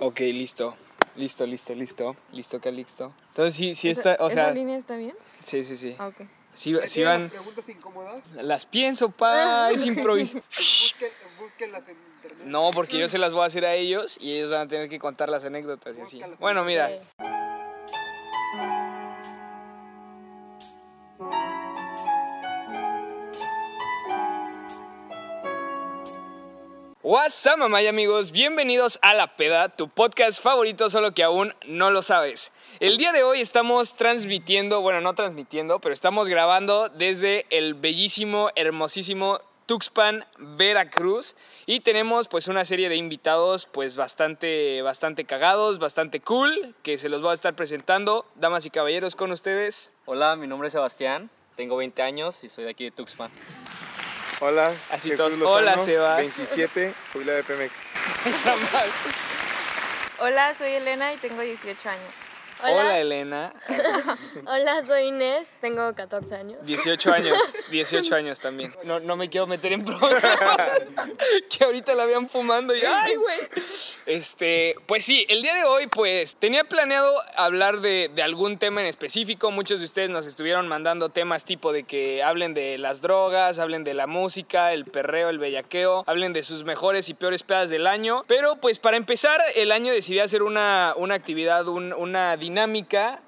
Ok, listo. Listo, listo, listo. Listo, Calixto. Entonces sí, sí está, o sea, ¿Esa línea está bien? sí, sí, sí. Ah, ok. Sí, sí ¿Tienen van, las preguntas incómodas? las pienso, Ah. pa, es improviso. Busquen, búsquenlas en internet. No, porque yo se las voy a hacer a ellos y ellos van a tener que contar las anécdotas y así. Bueno, mira, Ok. What's up, mamá y amigos, bienvenidos a La Peda, tu podcast favorito, solo que aún no lo sabes. El día de hoy estamos transmitiendo, bueno, no transmitiendo, pero estamos grabando desde el bellísimo, hermosísimo Tuxpan, Veracruz, y tenemos pues una serie de invitados pues bastante, bastante cagados, bastante cool, que se los voy a estar presentando, damas y caballeros, con ustedes. Hola, mi nombre es Sebastián, tengo 20 años y soy de aquí de Tuxpan. Hola, Así Jesús todos, hola, Lozano, Sebas. 27, jubilado de Pemex. Está mal. Hola, soy Elena y tengo 18 años. Hola. Elena, Hola, soy Inés, tengo 14 años. 18 años, 18 años también. No, no me quiero meter en problemas. que ahorita la vean fumando y ay, güey. Este, pues sí, el día de hoy pues tenía planeado hablar de, de algún tema en específico. Muchos de ustedes nos estuvieron mandando temas tipo de que hablen de las drogas, hablen de la música, el perreo, el bellaqueo, hablen de sus mejores y peores pedas del año. Pero pues para empezar el año decidí hacer una, una actividad, un- una dinámica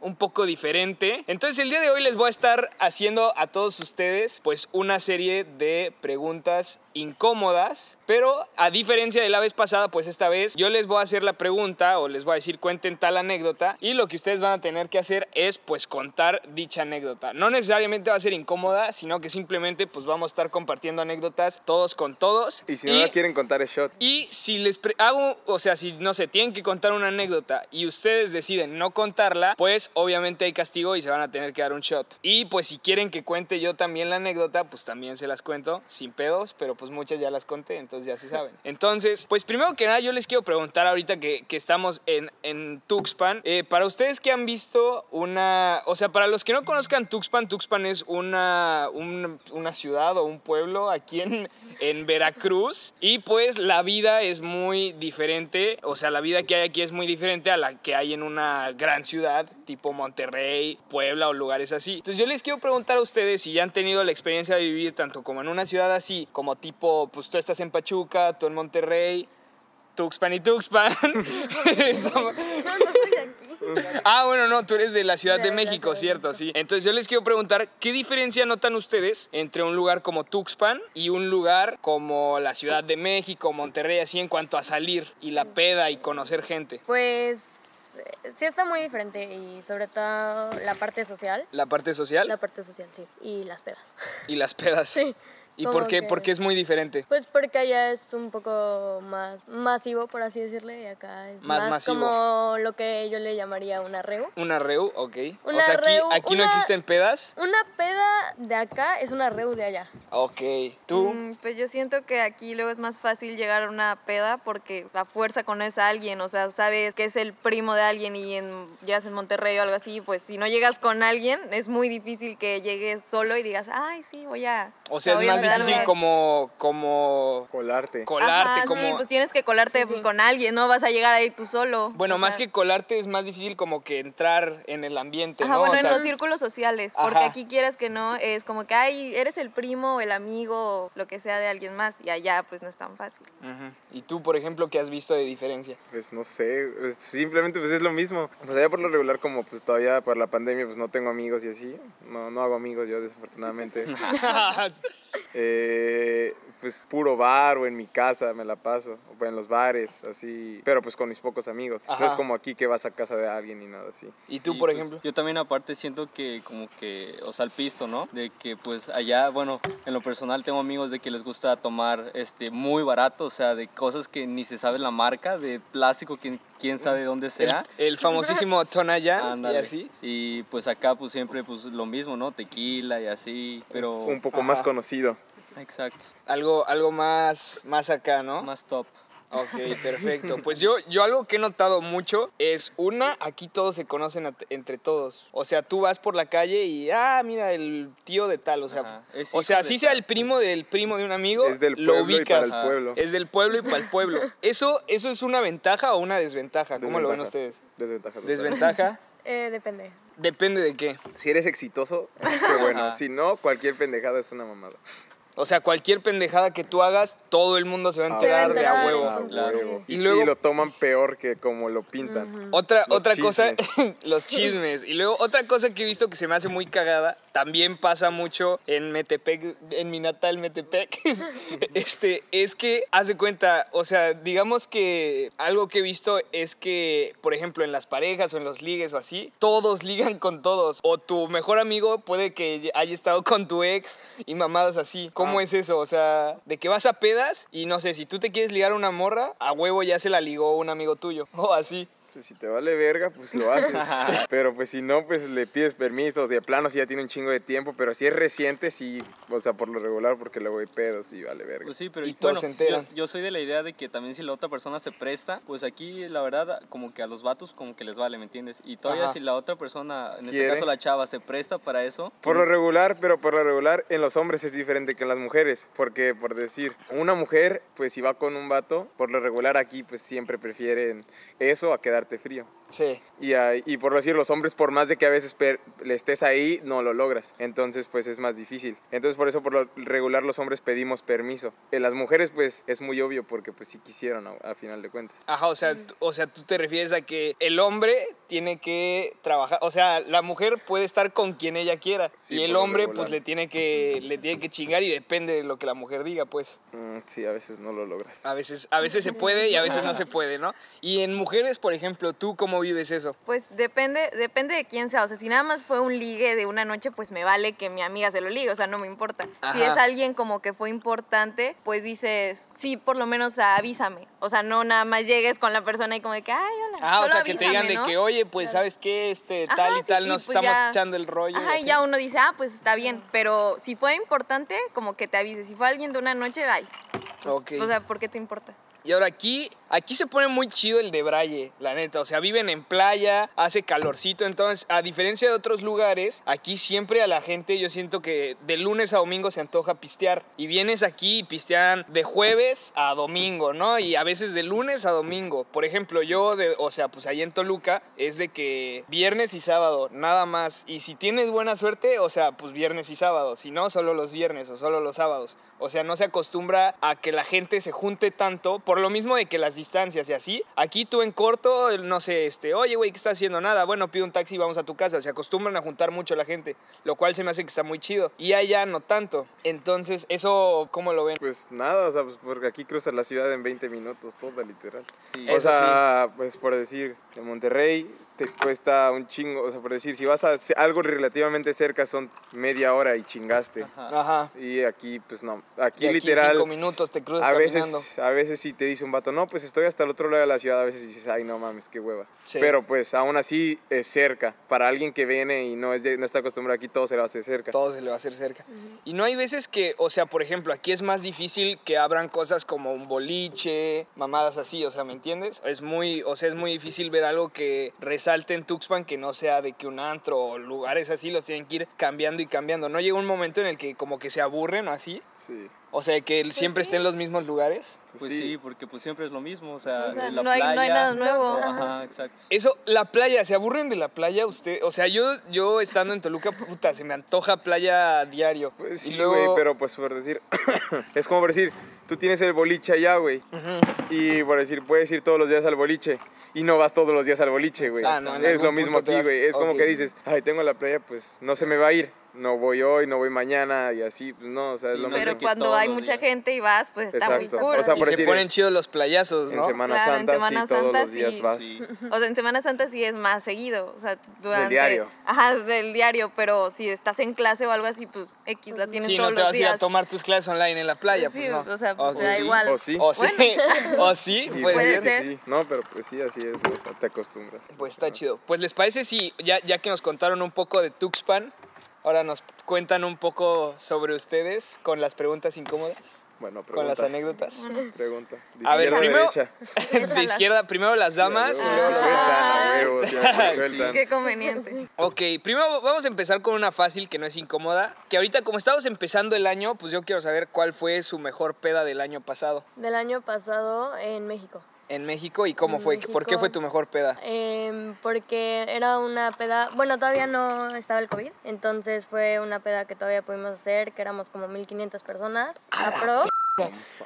un poco diferente. Entonces el día de hoy les voy a estar haciendo a todos ustedes pues una serie de preguntas incómodas, pero a diferencia de la vez pasada, pues esta vez yo les voy a hacer la pregunta o les voy a decir cuenten tal anécdota y lo que ustedes van a tener que hacer es pues contar dicha anécdota. No necesariamente va a ser incómoda, sino que simplemente pues vamos a estar compartiendo anécdotas todos con todos. Y si no la quieren contar es shot. Y si les pre- hago, o sea, si no sé, tienen que contar una anécdota y ustedes deciden no contarla, pues obviamente hay castigo y se van a tener que dar un shot. Y pues si quieren que cuente yo también la anécdota, pues también se las cuento sin pedos, pero pues muchas ya las conté, entonces ya se saben. Entonces, pues primero que nada yo les quiero preguntar ahorita que, que estamos en, en Tuxpan, eh, para ustedes que han visto una, o sea, para los que no conozcan Tuxpan, Tuxpan es una, un- una ciudad o un pueblo aquí en, en Veracruz y pues la vida es muy diferente, o sea, la vida que hay aquí es muy diferente a la que hay en una gran ciudad tipo Monterrey, Puebla o lugares así. Entonces yo les quiero preguntar a ustedes si ya han tenido la experiencia de vivir tanto como en una ciudad así, como tipo, pues tú estás en Pachuca, tú en Monterrey, Tuxpan y Tuxpan. Somos- No, no soy de aquí. Ah, bueno, no, tú eres de la Ciudad de, De la México, Ciudad de cierto, sí. Entonces yo les quiero preguntar, ¿qué diferencia notan ustedes entre un lugar como Tuxpan y un lugar como la Ciudad de México, Monterrey, así en cuanto a salir y la peda y conocer gente? Pues eh, sí está muy diferente y sobre todo la parte social. La parte social La parte social, sí. Y las pedas. y las pedas. Sí. ¿Y como por qué? que- Porque es muy diferente. Pues porque allá es un poco más masivo, por así decirle, y acá es Más más, masivo. como lo que yo le llamaría un arreo. Una reu, ok. o Una sea, aquí, reu, aquí no una- existen pedas. Una peda de acá es un arreo de allá. Ok. ¿Tú? Mm, pues yo siento que aquí luego es más fácil llegar a una peda porque a fuerza conoces a alguien, o sea, sabes que es el primo de alguien y en, llegas en Monterrey o algo así, pues si no llegas con alguien es muy difícil que llegues solo y digas, ay, sí, voy a... O sea, voy es a más pedarme". difícil como, como Colarte. colarte, Ajá, como... Sí, pues tienes que colarte pues, con alguien, no vas a llegar ahí tú solo. Bueno, o más sea. que colarte es más difícil como que entrar en el ambiente, Ajá, ¿no? bueno, O sea, en los círculos sociales, porque Ajá. aquí quieras que no, es como que, ay, eres el primo o el amigo o lo que sea de alguien más, y allá pues no es tan fácil. ujú. Y tú, por ejemplo, ¿qué has visto de diferencia? Pues no sé, pues, simplemente pues es lo mismo. Pues allá por lo regular como pues todavía por la pandemia pues no tengo amigos y así. No, no hago amigos yo desafortunadamente. Eh, pues puro bar o en mi casa me la paso. O pues en los bares, así. Pero pues con mis pocos amigos. Ajá. No es como aquí que vas a casa de alguien y nada así. ¿Y tú, Y, por pues, ejemplo? Yo también aparte siento que como que, o sea, el pisto, ¿no? De que pues allá, bueno, en lo personal tengo amigos de que les gusta tomar este muy barato, o sea, de cosas que ni se sabe la marca, de plástico que quién sabe dónde sea. El, el famosísimo Tonayán y Ándale. así. Y pues acá pues siempre pues lo mismo, ¿no? Tequila y así, pero... Un poco Ajá. más conocido. Exacto, Algo, algo más, más acá, ¿no? más top. Ok, perfecto. Pues yo, yo algo que he notado mucho es, una, aquí todos se conocen at- entre todos. O sea, tú vas por la calle y, ah, mira, el tío de tal. O sea, Ajá, es o sea hijo de así sea tal. el primo del primo de un amigo, Es del lo pueblo y para ubicas. el pueblo. Es del pueblo y para el pueblo. ¿Eso, ¿Eso es una ventaja o una desventaja? ¿Cómo lo ven Desventaja. ustedes? Desventaja. total. ¿Desventaja? Eh, depende. Depende de qué. Si eres exitoso, qué bueno. Ajá. Si no, cualquier pendejada es una mamada. O sea, cualquier pendejada que tú hagas, todo el mundo se va a Se va a enterar de a enterar, huevo. entonces- Claro. Claro. Y, Y luego- y lo toman peor que como lo pintan. Otra, Los otra cosa, los chismes. Y luego otra cosa que he visto que se me hace muy cagada, también pasa mucho en Metepec, en mi natal Metepec, este, es que, haz de cuenta, o sea, digamos que algo que he visto es que, por ejemplo, en las parejas o en los ligues o así, todos ligan con todos. O tu mejor amigo puede que haya estado con tu ex y mamadas así. ¿Cómo Ah. es eso? O sea, de que vas a pedas y no sé, si tú te quieres ligar a una morra, a huevo ya se la ligó un amigo tuyo. O así. Pues si te vale verga, pues lo haces. pero pues si no, pues le pides permisos. De plano, si ya tiene un chingo de tiempo. Pero si es reciente, sí. O sea, por lo regular, porque luego hay pedos y vale verga. Pues sí, pero Y todos se yo, enteran. yo soy de la idea de que también si la otra persona se presta, pues aquí la verdad como que a los vatos como que les vale, ¿me entiendes? Y todavía Ajá. si la otra persona, en ¿Quiere? este caso la chava, se presta para eso, Por lo regular, pero por lo regular en los hombres es diferente que en las mujeres, porque por decir, una mujer, pues si va con un vato, por lo regular aquí pues siempre prefieren eso a quedarte frío. Sí. Y, ahí- y por decir, los hombres, por más de que a veces per- le estés ahí, no lo logras. Entonces, pues es más difícil. Entonces, por eso, por lo regular, los hombres pedimos permiso. En las mujeres, pues es muy obvio, porque pues sí quisieron, a, a final de cuentas. Ajá, o sea, t- o sea, tú te refieres a que el hombre tiene que trabajar, o sea, la mujer puede estar con quien ella quiera Sí, y el por lo hombre regular. pues le tiene que le tiene que chingar y depende de lo que la mujer diga, pues. Mm, sí, a veces no lo logras. A veces a veces se puede y a veces no se puede, ¿no? Y en mujeres, por ejemplo, tú cómo vives eso? Pues depende, depende de quién sea. O sea, si nada más fue un ligue de una noche, pues me vale que mi amiga se lo ligue. O sea, no me importa. Si Ajá. es alguien como que fue importante, pues dices, sí, por lo menos avísame. O sea, no nada más llegues con la persona y como de que, ay, hola. Ah, o solo sea, que te digan avísame, de ¿no? que, "Oye, pues sabes qué, este Ajá, tal y sí, tal y nos pues estamos ya- echando el rollo." y Ajá, y así. ya uno dice, ah, pues está bien. Pero si fue importante, como que te avise. Si fue alguien de una noche, ay. Pues, Ok. O sea, ¿por qué te importa? Y ahora aquí, aquí se pone muy chido el de Braille, la neta. O sea, viven en playa, hace calorcito. Entonces, a diferencia de otros lugares, aquí siempre a la gente yo siento que de lunes a domingo se antoja pistear. Y vienes aquí y pistean de jueves a domingo, ¿no? Y a veces de lunes a domingo. Por ejemplo, yo, de, o sea, pues ahí en Toluca es de que viernes y sábado, nada más. Y si tienes buena suerte, o sea, pues viernes y sábado. Si no, solo los viernes o solo los sábados. O sea, no se acostumbra a que la gente se junte tanto por lo mismo de que las distancias y así. Aquí tú en corto, no sé, este, oye, güey, ¿qué estás haciendo? Nada, bueno, pide un taxi y vamos a tu casa. Se acostumbran a juntar mucho la gente, lo cual se me hace que está muy chido. Y allá no tanto. Entonces, eso, ¿cómo lo ven? Pues nada, o sea, pues, porque aquí cruzas la ciudad en 20 minutos, toda literal. pues sí, O Eso sea, pues por decir, en Monterrey te cuesta un chingo, o sea, por decir, si vas a hacer algo relativamente cerca son media hora y chingaste. ajá. Ajá. Y aquí, pues no, aquí, Y aquí literal, cinco minutos te cruzas a caminando. veces, a veces si te dice un vato, no, pues estoy hasta el otro lado de la ciudad, a veces dices, ay, no mames, qué hueva. Sí. Pero pues aún así es cerca, para alguien que viene y no, es de- no está acostumbrado aquí, todo se lo hace cerca. Todo se le va a hacer cerca. Y no hay veces que, o sea, por ejemplo, aquí es más difícil que abran cosas como un boliche, mamadas así, o sea, ¿me entiendes? Es muy, o sea, es muy difícil ver algo que resalte en Tuxpan que no sea de que un antro o lugares así los tienen que ir cambiando y cambiando. ¿No llega un momento en el que como que se aburren o así? Sí. O sea, que siempre estén en los mismos lugares. Pues, Pues sí. sí. porque pues siempre es lo mismo, o sea, O sea, la no, hay, no hay playa, nada nuevo. Ajá, exacto. Eso, la playa, ¿se aburren de la playa usted? O sea, yo, yo estando en Toluca, puta, se me antoja playa a diario. Pues Y sí, luego- güey, pero pues por decir, es como por decir, tú tienes el boliche allá, güey, y por decir, puedes ir todos los días al boliche y no vas todos los días al boliche, güey. Ah, no, en es algún lo mismo punto te aquí, vas- güey. Es como ok. que dices, ay, tengo la playa, pues no se me va a ir, no voy hoy, no voy mañana y así, pues no, o sea, es Sí, lo no mismo. sé Pero qué cuando todos hay los mucha días. gente y vas, pues está Exacto. muy cool. O sea, Y por se decir, ponen en- chidos los playazos, En pues, ¿no? Semana Claro, en Santa, Semana sí, todos Santa, los días sí. vas. Sí. O sea, en Semana Santa sí es más seguido, o sea, durante... diario. Ajá, del diario, pero si estás en clase o algo así, pues X, la tienes Sí, todos no te los vas a ir días. a tomar tus clases online en la playa, Sí, pues no. o sea, pues Ok. te da igual. O sí. O sí, o sí, Y pues, puede bien, ser. sí. No, pero pues sí, así es, güey, o sea, te acostumbras. pues está chido. Pues les parece si, ya, ya que nos contaron un poco de Tuxpan, ahora nos cuentan un poco sobre ustedes con las preguntas incómodas. Bueno, pregunta. con las anécdotas. Pregunta. De A ver, izquierda primero- derecha. De izquierda, primero las damas. Ya, luego me sueltan, a huevo, siempre me sueltan. Qué conveniente. Ok, primero vamos a empezar con una fácil que no es incómoda. Que ahorita, como estamos empezando el año, pues yo quiero saber cuál fue su mejor peda del año pasado Del año pasado en México. en México y Mm, cómo fue, México. por qué fue tu mejor peda. Em, porque era una peda, bueno, todavía no estaba el COVID, entonces fue una peda que todavía pudimos hacer, que éramos como 1500 personas, a pro.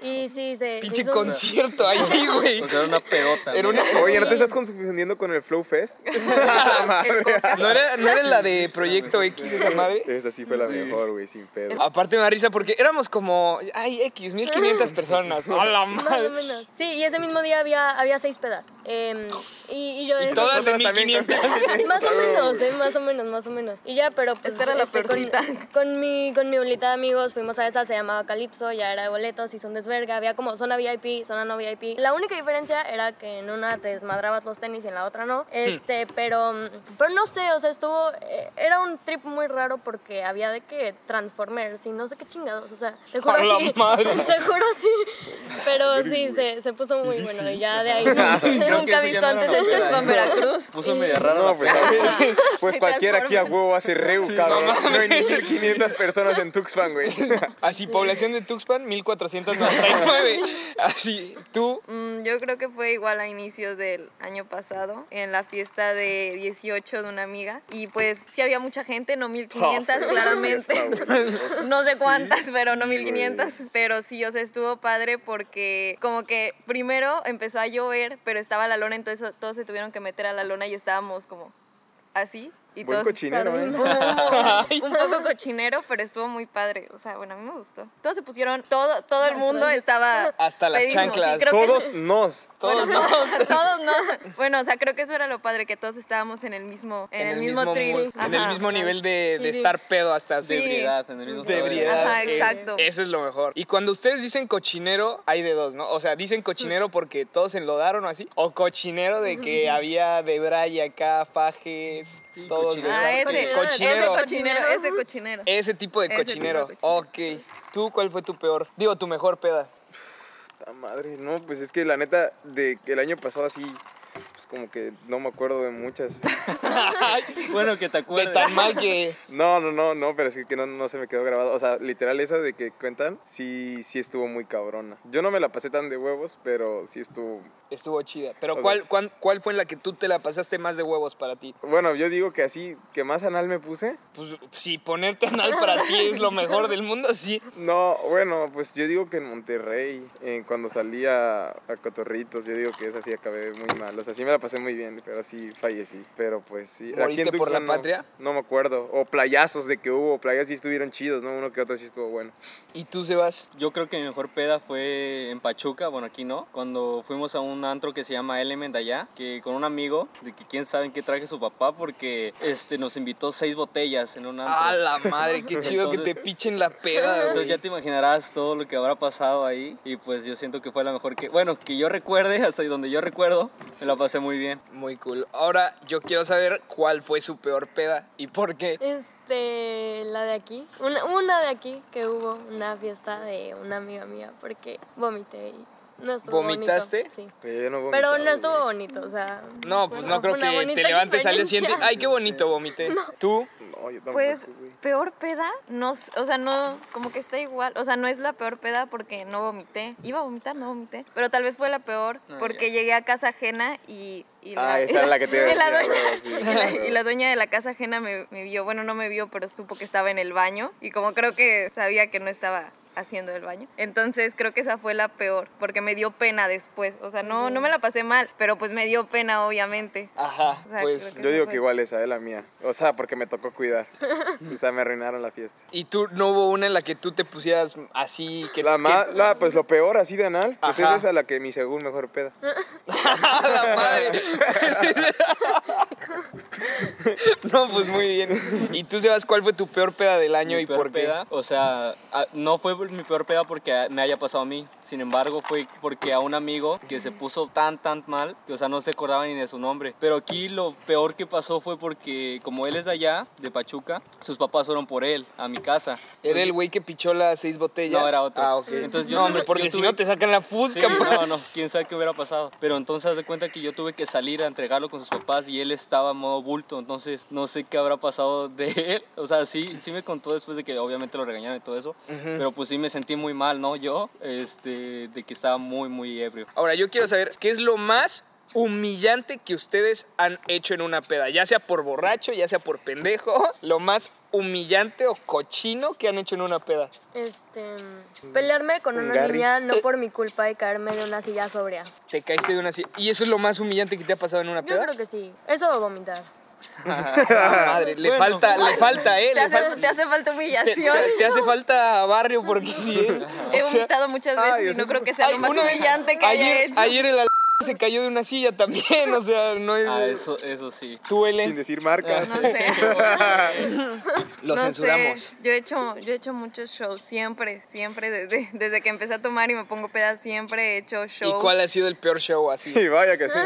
Y sí, se se Pinche hizo un- concierto ahí, güey. O sea, era una pedota. Era ¿no? una- Oye, ¿no te estás confundiendo con el Flow Fest? Madre. ¿No era, ¿No era la de Proyecto X esa madre? Esa sí fue la mejor, güey, sin pedo. Ah, Aparte me da risa porque éramos como, ay, X, 1500 personas. A la Más o madre. menos. Sí, y ese mismo día había, había seis pedas. em, y, y yo... Y todas de Nosotras también 1500. Más o menos, eh, más o menos, más o menos. Y ya, pero pues Esta era la con, peorcita. con mi con mi bolita de amigos fuimos a esa, se llamaba Calypso, ya era de boletos, hizo un desverga, había como zona VIP, zona no VIP. La única diferencia era que en una te desmadrabas los tenis y en la otra Hmm. no. Este, pero mm, pero no sé, o sea, estuvo eh, era un trip muy raro porque había de que Transformers y no sé qué chingados, o sea, te juro A la así. madre. Te juro así. Pero sí se, se puso muy bueno y ya de ahí no- Creo que Nunca eso he visto ya no era antes una el peda, Transpa en ¿eh? Veracruz. Puso media rara. No, la pues, pues cualquiera aquí a huevo hace reu, cabrón. No, hay ni 1500 personas en Tuxpan, güey. Así, población de Tuxpan, 1499. Así, tú, Mm, yo creo que fue igual a inicios del año pasado, en la fiesta de 18 de una amiga. Y pues sí había mucha gente, no Oh, 1500 claramente. No sé cuántas, pero no 1500. Pero sí, o sea, estuvo padre porque como que primero empezó a llover, pero estaba la lona, entonces todos se tuvieron que meter a la lona y estábamos como así. Y Buen todos cochinero, ¿eh? un poco cochinero, pero estuvo muy padre. O sea, bueno, a mí me gustó. Todos se pusieron, todo, todo el mundo estaba... Hasta las pedísimo, chanclas. creo que- Todos nos. Ah, todos, ¿no? todos no. Bueno, o sea, creo que eso era lo padre, que todos estábamos en el mismo, en, el, mismo, trip. mood, En el Ajá. mismo nivel de, de Sí. estar pedo hasta Sí. ebriedad, en el mismo De estado ebriedad. Ajá, eh, exacto. eso es lo mejor. Y cuando ustedes dicen cochinero, hay de dos, ¿no? O sea, dicen cochinero porque todos se enlodaron o así. O cochinero de que había de braya acá, fajes, todos. cochinero. Ah, besándose. ese, cochinero. ese cochinero, ese cochinero. Ah, Ese tipo de Ese tipo de cochinero. Ok. ¿Tú cuál fue tu peor? Digo, tu mejor peda. Puta madre, no, pues es que la neta, de que el año pasado así, pues como que no me acuerdo de muchas. Bueno, que De te acuerdes. tan mal que. No, no, no, no, pero es que no, no se me quedó grabado. O sea, literal, esa de que cuentan, sí, sí estuvo muy cabrona. Yo no me la pasé tan de huevos, pero sí estuvo. Estuvo chida. Pero Ok. ¿cuál, cuán- ¿cuál fue en la que tú te la pasaste más de huevos para ti? Bueno, yo digo que así, que más anal me puse. Pues si ponerte anal para ti es lo mejor del mundo, sí. No, bueno, pues yo digo que en Monterrey, en cuando salí a, a Cotorritos, yo digo que esa sí acabé muy mal. O sea, sí me la pasé muy bien, pero sí fallecí. Pero pues sí. ¿Moriste por la Tuxtla no- patria? No, me acuerdo. O playazos de que hubo, playazos sí estuvieron chidos, ¿no? Uno que otro sí estuvo bueno. ¿Y tú, Sebas? Yo creo que mi mejor peda fue en Pachuca, bueno aquí no, cuando fuimos a un antro que se llama Element allá, que con un amigo, de que quién sabe en qué traje su papá, porque este nos invitó seis botellas en un antro. A Ah, la madre, qué chido que te Entonces- pichen la peda. güey. Entonces ya te imaginarás todo lo que habrá pasado ahí y pues yo siento que fue la mejor que, bueno, que yo recuerde, hasta donde yo recuerdo, me la pasé muy bien. Muy cool. Ahora yo quiero saber cuál fue su peor peda y por qué. Este, la de aquí. Una, una de aquí que hubo una fiesta de una amiga mía porque vomité y no estuvo bonito. ¿Vomitaste? Sí. Pero, yo no vomitaba, Pero no güey. estuvo bonito, o sea. No, pues no creo fue una que bonita te levantes al día experiencia. siguiente. Ay, qué bonito vomité. ¿Tú? No, yo tampoco. Pues güey. peor peda, no, s- o sea, no, como que está igual, o sea, no es la peor peda porque no vomité, iba a vomitar, no vomité, pero tal vez fue la peor Ah, porque llegué a casa ajena y... y Ah, esa era la que te iba a y la decir, dueña- a huevo, sí, y la- a huevo. y la dueña de la casa ajena me, me vio, bueno, no me vio, pero supo que estaba en el baño y como creo que sabía que no estaba haciendo el baño. Entonces creo que esa fue la peor, porque me dio pena después. O sea, no, no me la pasé mal, pero pues me dio pena, obviamente. Ajá, O sea, pues. creo Yo digo que igual esa es la mía. O sea, porque me tocó cuidar. o sea, me arruinaron la fiesta. ¿Y tú no hubo una en la que tú te pusieras así? Que, La, que- ma- la- pues lo peor así de anal, pues Ajá. es esa la que mi según mejor peda. Ah, ¡A la madre! No, pues muy bien. ¿Y tú, Sebas, cuál fue tu peor peda del año Mi y peor por qué? peda, O sea, a- no fue mi peor peda porque me haya pasado a mí. Sin embargo, fue porque a un amigo que se puso tan, tan mal que, o sea, no se acordaba ni de su nombre. Pero aquí lo peor que pasó fue porque, como él es de allá, de Pachuca, sus papás fueron por él a mi casa. ¿Era el güey que pichó las seis botellas? No, era otro. Ah, ok. Entonces yo no, hombre, tuve- porque yo si tuve- no te sacan la Sí, fusca, pues. pa. no, no, quién sabe qué hubiera pasado. Pero entonces haz de cuenta que yo tuve que salir a entregarlo con sus papás y él estaba en modo bulto, entonces no sé qué habrá pasado de él. O sea, sí, sí me contó después de que obviamente lo regañaron y todo eso, pero pues sí me sentí muy mal, ¿no? Yo, este, de que estaba muy, muy ebrio. Ahora, yo quiero saber qué es lo más humillante que ustedes han hecho en una peda, ya sea por borracho, ya sea por pendejo, lo más humillante o cochino que han hecho en una peda. Este, pelearme con Un una Gary. niña no por mi culpa y caerme de una silla sobria. Te caíste de una silla. ¿Y eso es lo más humillante que te ha pasado en una Yo peda? creo que sí. Eso o vomitar. Ah, madre, le Bueno. falta, le falta, eh, Te le hace, falta- te hace falta te- humillación. te- te hace falta barrio porque sí, eh. He O sea, vomitado muchas veces ay, y eso no es- creo que sea Ay, lo más una vez- humillante que ayer, haya hecho. Ayer el al- se cayó de una silla también, o sea, no es... Ah, eso, eso sí. Tú, Sin Ele, decir marcas. No sé. lo no censuramos. Sé. Yo he hecho, yo he hecho muchos shows, siempre, siempre, desde, desde que empecé a tomar y me pongo peda, siempre he hecho ¿Y shows. cuál ha sido el peor show así? Y vaya que sí.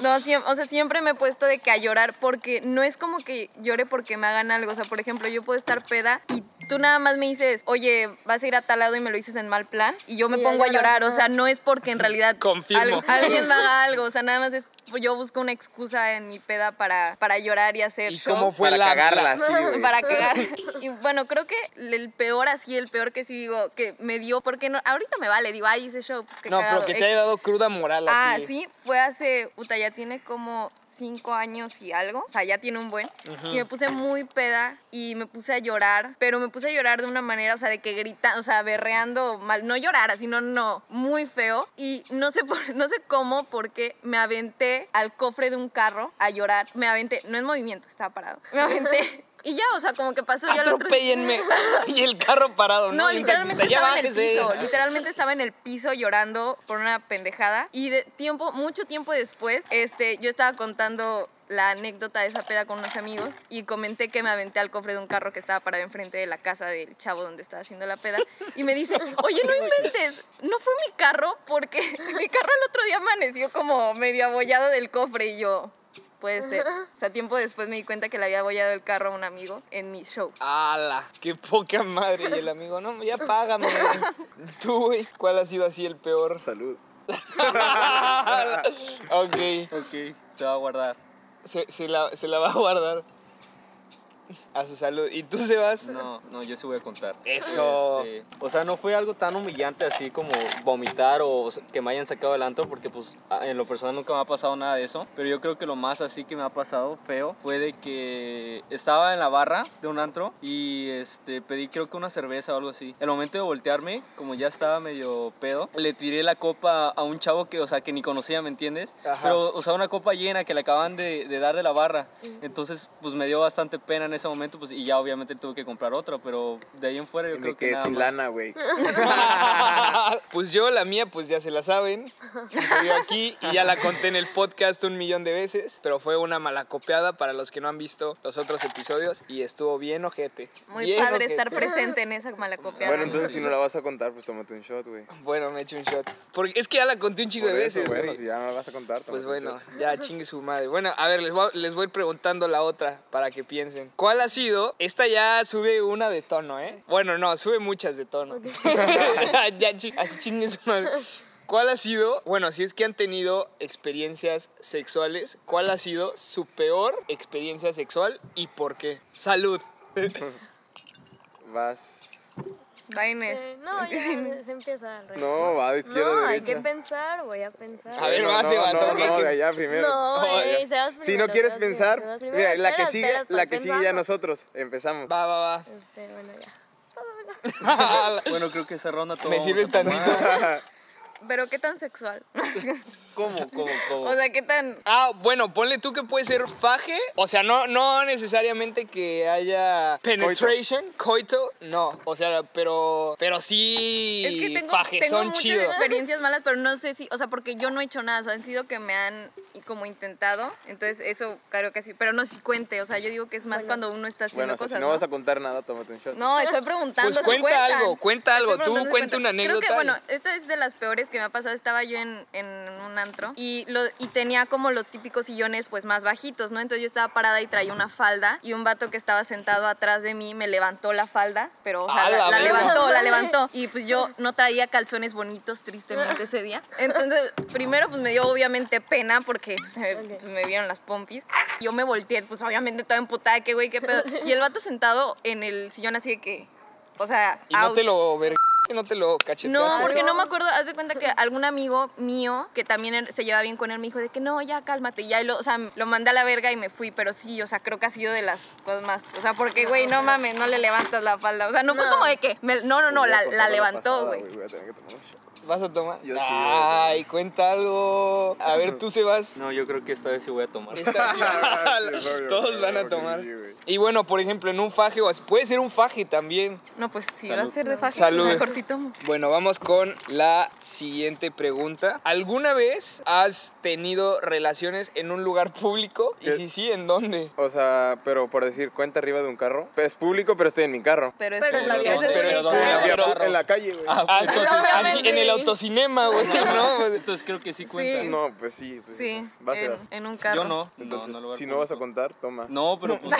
No, siem- o sea, siempre me he puesto de que a llorar porque no es como que llore porque me hagan algo. O sea, por ejemplo, yo puedo estar peda y tú nada más me dices, oye, vas a ir a tal lado y me lo dices en mal plan y yo me Y ya pongo a lloras, llorar. O ajá. sea, no es porque en realidad Confirmo. al- alguien me haga algo. O sea, nada más es yo busco una excusa en mi peda para, para llorar y hacer ¿Y shows. cómo fue Para la, cagarla, la- así, güey. Para cagar. Y bueno, creo que el peor así, el peor que sí digo, que me dio, porque no, ahorita me vale, digo, ay, hice show, pues qué No, pero cagado". que te haya dado cruda moral Ah, así. sí, fue hace, puta, ya tiene como cinco años y algo, o sea, ya tiene un buen. Y me puse muy peda y me puse a llorar, pero me puse a llorar de una manera, o sea, de que grita, o sea, berreando mal, no llorar, sino no, muy feo. Y no sé, por- no sé cómo, porque me aventé al cofre de un carro a llorar, me aventé, no en movimiento, estaba parado, me aventé. Y ya, o sea, como que pasó ya lo otro- Atropéllenme. y el carro parado, ¿no? no, Y literalmente ya estaba en el bájese. piso. Literalmente estaba en el piso llorando por una pendejada. Y de tiempo, mucho tiempo después, este, yo estaba contando la anécdota de esa peda con unos amigos y comenté que me aventé al cofre de un carro que estaba parado enfrente de la casa del chavo donde estaba haciendo la peda y me dice, oye, no inventes, no fue mi carro porque mi carro el otro día amaneció como medio abollado del cofre y yo, puede ser. O sea, tiempo después me di cuenta que le había abollado el carro a un amigo en mi show. ¡Hala! ¡Qué poca madre! Y el amigo, no, ya págame. güey. Tú, güey, ¿cuál ha sido así el peor? Salud. ok, Ok, se va a guardar. se, se la, se la va a guardar. A su salud. ¿Y tú, Sebas? No, no, yo sí voy a contar. Eso. Este, o sea, no fue algo tan humillante así como vomitar o s- que me hayan sacado del antro, porque pues a- en lo personal nunca me ha pasado nada de eso. Pero yo creo que lo más así que me ha pasado feo fue de que estaba en la barra de un antro y este, pedí creo que una cerveza o algo así. El momento de voltearme, como ya estaba medio pedo, le tiré la copa a un chavo que, o sea, que ni conocía, ¿me entiendes? Ajá. Pero o sea, una copa llena que le acaban de, de dar de la barra. Entonces, pues me dio bastante pena en ese momento, pues, y ya obviamente tuve que comprar otra, pero de ahí en fuera yo Me creo que quedé nada sin más. lana, güey. Pues yo, la mía, pues ya se la saben. Sucedió aquí y ya la conté en el podcast un millón de veces. Pero fue una malacopeada para los que no han visto los otros episodios. Y estuvo bien ojete. Muy bien padre ojete. estar presente en esa mala copia. Bueno, entonces si no la vas a contar, pues tómate un shot, güey. Bueno, me echo un shot. Porque es que ya la conté un chico Por de eso, veces, bueno, güey. si ya no la vas a contar. Pues tómate un bueno, shot. ya chingue su madre. Bueno, a ver, les voy, a- les voy a ir preguntando la otra para que piensen. ¿Cuál ha sido? Esta ya sube una de tono, ¿eh? Bueno, no, sube muchas de tono. ya chi- así chingue su madre. ¿Cuál ha sido? Bueno, si es que han tenido experiencias sexuales, ¿cuál ha sido su peor experiencia sexual y por qué? Salud. Vas. Daines. Eh, no, ya se empieza el rey. No, va de izquierda a No, hay derecha. que pensar, voy a pensar. A ver, no, vas, no, Sebas, No, ahora no, que- de allá primero. No, No, ey, se vas Ah, si primero, no quieres se vas primero, pensar, se vas primero. mira, la que Espera, sigue, espera, estoy la que sigue ya pensando. nosotros. Empezamos. Va, va, Este, bueno, ya. va. Bueno, creo que esa ronda todo Me vamos sirves a tomar. tantito. Pero qué tan sexual. ¿Cómo, cómo, Oh. cómo? o sea, qué tan. Ah, bueno, ponle tú que puede ser faje. O sea, no, no necesariamente que haya penetration, coito, no. O sea, pero, pero sí Es que tengo, faje, tengo son muchas chidos. experiencias malas, pero no sé si. O sea, porque yo no he hecho nada. O sea, han sido que me han y como intentado. Entonces eso creo que sí, pero no si cuente, o sea, yo digo que es más cuando uno está haciendo Bueno, o sea, cosas. si no, ¿no? vas a contar nada, tómate un shot. No, estoy preguntando. Pues si cuenta cuentan. algo, cuenta algo. Estoy Tú preguntando si cuenta cuentan. una Creo que, anécdota. bueno, esta es de las peores que me ha pasado. Estaba yo en, en un antro y, lo, y tenía como los típicos sillones pues más bajitos, ¿no? Entonces yo estaba parada y traía una falda y un vato que estaba sentado atrás de mí me levantó la falda, pero o sea, ¡A la, la la verga! levantó, la levantó. Y pues yo no traía calzones bonitos, tristemente, ese día. Entonces, primero pues me dio obviamente pena porque pues, se me, pues, me vieron las pompis. Yo me volteé, pues obviamente toda emputada, que güey, qué pedo. Y el vato sentado en el sillón así de que, o sea, Y no out. te lo ver... no te lo cacheteas. No, por- porque no me acuerdo. Haz de cuenta que algún amigo mío, que también er- se llevaba bien con él, me dijo de que no, ya cálmate. Y ya lo, o sea, lo mandé a la verga y me fui. Pero sí, o sea, creo que ha sido de las cosas más. O sea, porque, güey, no mames, no le levantas la falda. O sea, no, fue No. como de que. me- no, no, no, Pues Voy a la, contar la una levantó, pasada, güey. Voy a tener que tomar un shot. ¿Vas a tomar? Yo sí, Ay, cuenta algo. A ver, tú se vas. No, yo creo que esta vez sí voy a tomar. Ah, Sí, obvio, Todos van a claro que tomar. sí, güey. Y bueno, por ejemplo, en un faje o así. Puede ser un faje también. No, pues sí, va a Salud. ser de fácil. Salud. Mejor sí tomo. Bueno, vamos con la siguiente pregunta. ¿Alguna vez has tenido relaciones en un lugar público? Y ¿Qué? si sí, ¿en dónde? O sea, pero por decir, cuenta arriba de un carro. Pues, Es público, pero estoy en mi carro. Pero es, Pero es la vida. ese es Pero mi- es donde- En la- Pero- en la calle, güey. Ah, Ah, pues, entonces, obviamente. así, en el autocinema, güey, ¿no? entonces creo que sí cuenta. Sí. No, pues sí. Pues Sí, Vas y en, vas. en un carro. Yo no. Entonces, no, no lo voy si no vas a publicar. contar, toma. No, pero pues,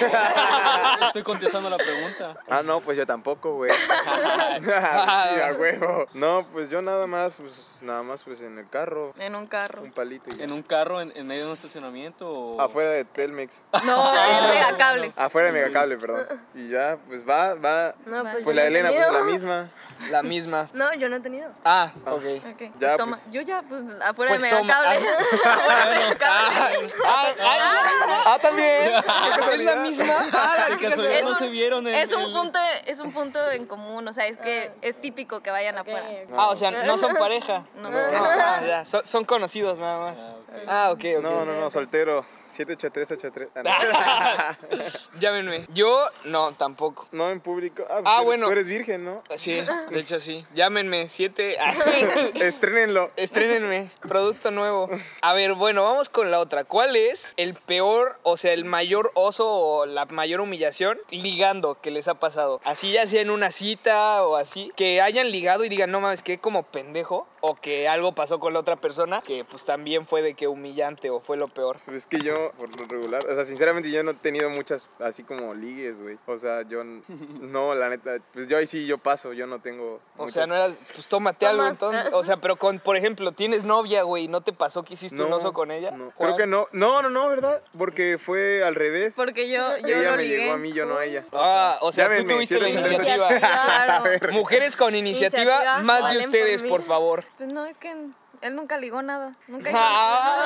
estoy contestando la pregunta. Ah, no, pues yo tampoco, güey. sí, a huevo. No, pues yo nada más, pues nada más, pues en el carro, En un carro. un palito y ya. ¿En un carro, en, en medio de un estacionamiento? O... Afuera de Telmex. No, es megacable. Afuera de Megacable, perdón. Y ya, pues va, va. No, pues, yo Pues la no he Elena, pues tenido. la misma. La misma. No, yo no he tenido. Ah, Ah. ok. Ok, pues Ya, toma. pues. Yo ya, pues afuera Pues de toma. megacable. afuera de megacable. Ah, ah, Ah, también. Qué ¿Es la casualidad. misma? Ah, la Qué que casualidad, es no un- se vieron en Es un el- punto, es un punto en común, o sea, es que es típico que vayan Ok, afuera. ok. Ah, o sea, no son pareja. No. Ah, ya, Son, son conocidos nada más. Ah, ok, ok. No, no, no, soltero. 78383. Ah, Llámenme. Yo, no, tampoco. no. no en público. Ah, Ah, tú- bueno. Tú eres virgen, ¿no? Sí, de hecho sí. Llámenme, siete. Estrénenlo. Estrénenme, producto nuevo. A ver, bueno, vamos con la otra. ¿Cuál es el peor, o sea, el mayor oso o la mayor humillación ligando que les ha pasado? Así ya sea en una cita o así, que hayan ligado y digan, no mames, que como pendejo, o que algo pasó con la otra persona, que pues también fue de que humillante o fue lo peor. Pues es que yo, por lo regular, o sea, sinceramente yo no he tenido muchas así como ligues, güey. O sea, yo n- no, la neta, pues yo ahí sí yo paso, yo no tengo O muchas- sea, no eras, pues tómate algo Tomas. entonces. O sea, pero con, por ejemplo, tienes novia, güey, ¿no te pasó que hiciste un oso con ella? no. Creo que no. No, no, no, ¿verdad? Porque fue al revés. Porque yo, yo ella lo me ligué. llegó a mí, yo no a ella. Ah, o sea, Llámenme, tú tuviste la 783. iniciativa. Claro. Mujeres con iniciativa, Iniciativa, más de valen por ustedes, mí. por favor. Pues no, es que él nunca ligó nada. Nunca hizo, nunca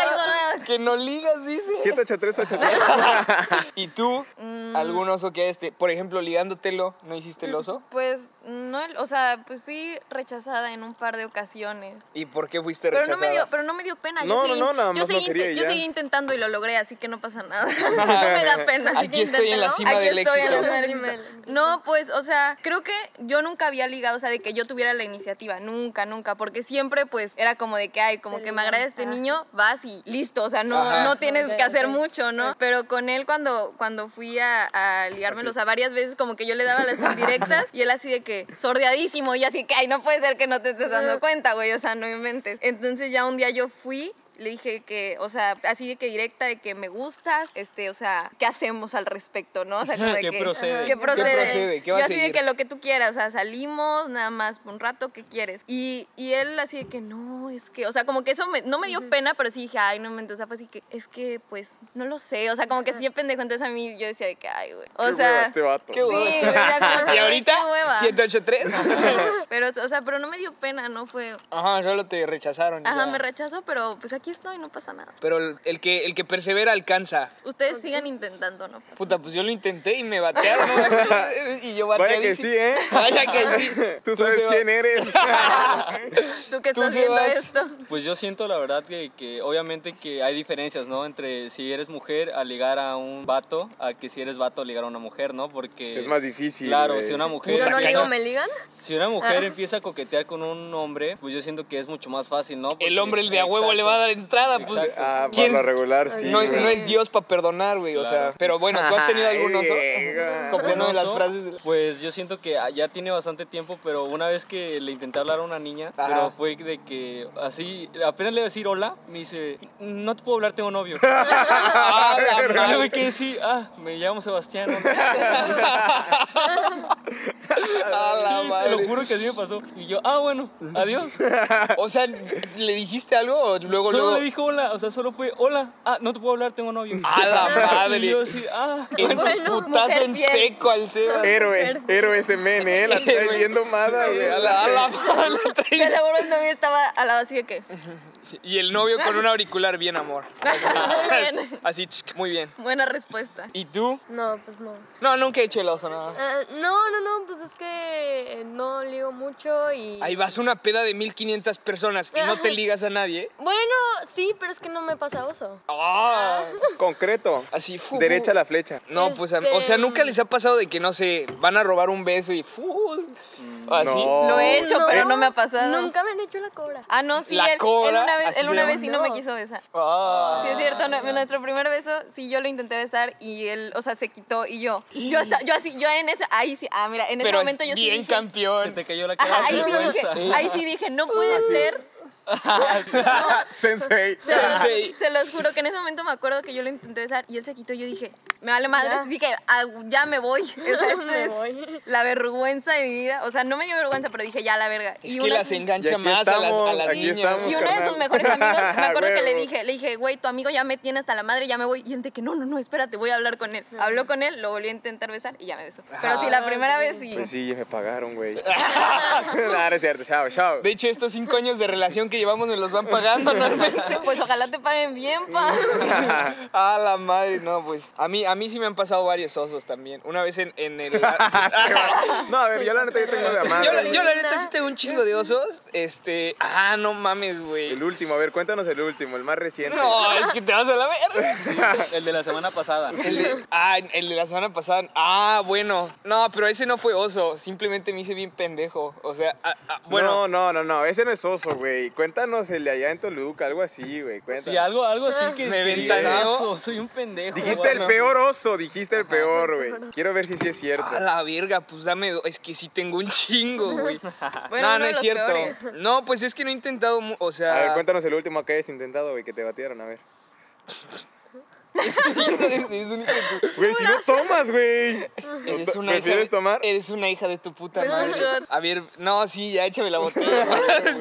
hizo Ah, nada. que no ligas, dice. 78383. ¿Y tú? Mm. ¿Algún oso que este? Por ejemplo, ligándotelo, ¿no hiciste el oso? Pues no, el- o sea, pues fui rechazada en un par de ocasiones. ¿Y por qué fuiste Pero rechazada? no, me dio, pero no me dio pena. No, yo seguí, no, no, nada yo más seguí lo quería y inte- yo ya. seguí intentando y lo logré, así que no pasa nada. no me da pena. así Aquí que estoy en la inténtalo. cima Aquí del estoy en la éxito. cima del éxito. No, pues, o sea, creo que yo nunca había ligado, o sea, de que yo tuviera la iniciativa. Nunca, nunca. Porque siempre, pues, era como de que, ay, como Te que me ligan. agrada este Ah. niño, vas y listo. O sea, no, Ajá. no tienes Ok, que hacer ok. mucho, ¿no? Pero con él, cuando, cuando fui a, a ligármelo, o sea, varias veces, como que yo le daba las indirectas y él así de que, sordeadísimo. Y yo así que, ay, no puede ser que no te estés dando cuenta, güey, o sea, no inventes. Entonces ya un día yo fui, le dije que, o sea, así de que directa, de que me gustas, este, o sea, ¿qué hacemos al respecto, no? O sea, como de ¿Qué que, procede? ajá, ¿Qué ¿Qué procede? procede? ¿Qué va yo a así seguir? de que lo que tú quieras, o sea, salimos nada más por un rato, ¿qué quieres? Y, y él así de que no, es que, o sea, como que eso me- no me dio pena, pero sí dije, ay, no me o sea, fue así que, es que, pues, no lo sé, o sea, como que sí, pendejo, entonces a mí yo decía de que, ay, güey, o Qué sea... hueva este vato. Qué hueva. Sí, o sea, como que, ¿Y ahorita? qué hueva. 783. Pero, o sea, pero no me dio pena, no fue... Ajá, solo te rechazaron. y Ajá, ya. me rechazó, pero pues aquí estoy, no pasa nada. Pero el el que, el que persevera alcanza. Ustedes sigan intentando, ¿no? Puta, pues yo lo intenté y me batearon. y yo bateé. Vaya que sí, ¿eh? Vaya que sí. Tú sabes Seba. quién eres. Tú que Tú, estás viendo Sebas. esto. Pues yo siento la verdad que, que obviamente que hay diferencias, ¿no? Entre si eres mujer a ligar a un vato, a que si eres vato a ligar a una mujer, ¿no? Porque... Es más difícil. Claro, güey. si una mujer... Yo no Puta, ligo, cañón. ¿me ligan? Si Ah. una mujer empieza a coquetear con un hombre, pues yo siento que es mucho más fácil, ¿no? Porque- El hombre, el de a huevo, le va a dar en entrada, pues. Exacto. Ah, por ¿Quién- lo regular, sí. no, güey. no es Dios para perdonar, güey. O sea, Claro. eh. pero bueno, tú has tenido Ay, algún oso. vieja. Copiando de Un las oso, frases. de- Pues yo siento que ah, ya tiene bastante tiempo, pero una vez que le intenté hablar a una niña, Ajá. pero fue de que así, apenas le iba a decir hola, me dice, no te puedo hablar, tengo novio. ¡Ah, la Y yo madre! me quedé así, ah, me llamo Sebastián. ¿no? ¡Ah, la Sí, te madre! lo juro que así me pasó. Y yo, ah, bueno, adiós. O sea, ¿le dijiste algo o luego, Solo luego? le dijo hola, o sea, solo fue hola. Ah, no te puedo hablar, tengo novio. ¡A la madre! Y yo así, ah, En bueno. su Bueno, putazo mujer en fiel. seco al Seba. Héroe, héroe ese men, ¿eh? La trae Héroe. viendo mada, güey. A la, a la- a la- De seguro el novio estaba al lado así de que. Y el novio con un auricular, bien amor. Muy bien. Así, tsk, muy bien. Buena respuesta. ¿Y tú? No, pues no. No, nunca he hecho el oso, nada. Ah, no, no, no, pues es que eh, no ligo mucho y... Ahí vas a una peda de 1500 personas y no te ligas a nadie. Bueno, sí, pero es que no me pasa oso. Ah, Concreto. Así, fu, fu. Derecha a la flecha. No, pues, a- Este- o sea, nunca les ha pasado de que, no sé, van a robar un beso y fu, así. Mm, No. Lo he hecho, pero no me ha pasado. Nunca me han hecho la cobra. Ah, no, sí. La él, él cobra, una vez, así él se una llama. vez sí no. No. me quiso besar. Ah. Sí, es cierto, no, nuestro primer beso, sí, yo lo intenté besar y él, o sea, se quitó y yo. Yo, hasta- yo así, yo en ese, ahí sí, ah, mira, en ese Pero es momento yo sí bien dije. Se campeón. te cayó la cara Ajá, de ahí sí, vergüenza. dije, ahí sí dije, no puede ser. Sensei. Se, Sensei. se los juro que en ese momento me acuerdo que yo lo intenté besar y él se quitó y yo dije, me vale madre. Ya. Dije, "Ah, ya me voy. O sea, esto Me es voy. la vergüenza de mi vida. O sea, no me dio vergüenza, pero dije, ya la verga. Es Y que una- las engancha Y aquí más a las, a estamos, las aquí niñas. estamos. Y uno de carnal. sus mejores amigos, me acuerdo que le Huevo. dije, le dije, güey, tu amigo ya me tiene hasta la madre, ya me voy. Y él de que no, no, no, espérate, voy a hablar con él. Habló con él, lo volvió a intentar besar y ya me besó. Ah, Pero sí, la primera vez sí. Pues sí, me pagaron, güey. Nah, no es cierto. Chao, chao. De hecho, estos cinco años de relación que llevamos nos los van pagando, ¿no? Pues ojalá te paguen bien, pa. A la madre, no, pues. A mí, a mí sí me han pasado varios osos también. Una vez en, en el. No, a ver, yo la neta yo tengo de yo, la, madre. yo la neta sí tengo un chingo de osos. Este. Ah, no mames, güey. El último, a ver, cuéntanos el último, el más reciente. No, es que te vas a la verga. El de la semana pasada. El de, ah, el de la semana pasada. Ah, bueno. No, pero ese no fue oso. Simplemente me hice bien pendejo. O sea, ah, ah, bueno. No, no, no, no, ese no es oso, güey. Cuéntanos el de allá en Toluca, algo así, güey. Cuéntanos. Sí, algo, algo así que. Me que ventaneó. digas, "Oso, Soy un pendejo. Dijiste bueno. el peor oso, dijiste el peor, güey. Quiero ver si sí es cierto. A la verga, pues dame. do- Es que sí tengo un chingo, güey. Bueno, no, uno no de es los cierto. peores. No, pues es que no he intentado. mu- O sea. A ver, cuéntanos el último que hayas intentado, güey, que te batieron, a ver. es un hijo de tu- Güey, si no tomas, güey. Eres to- una ¿Prefieres hija de- tomar? Eres una hija de tu puta Pues un madre. shot. A ver, no, sí, ya échame la botella.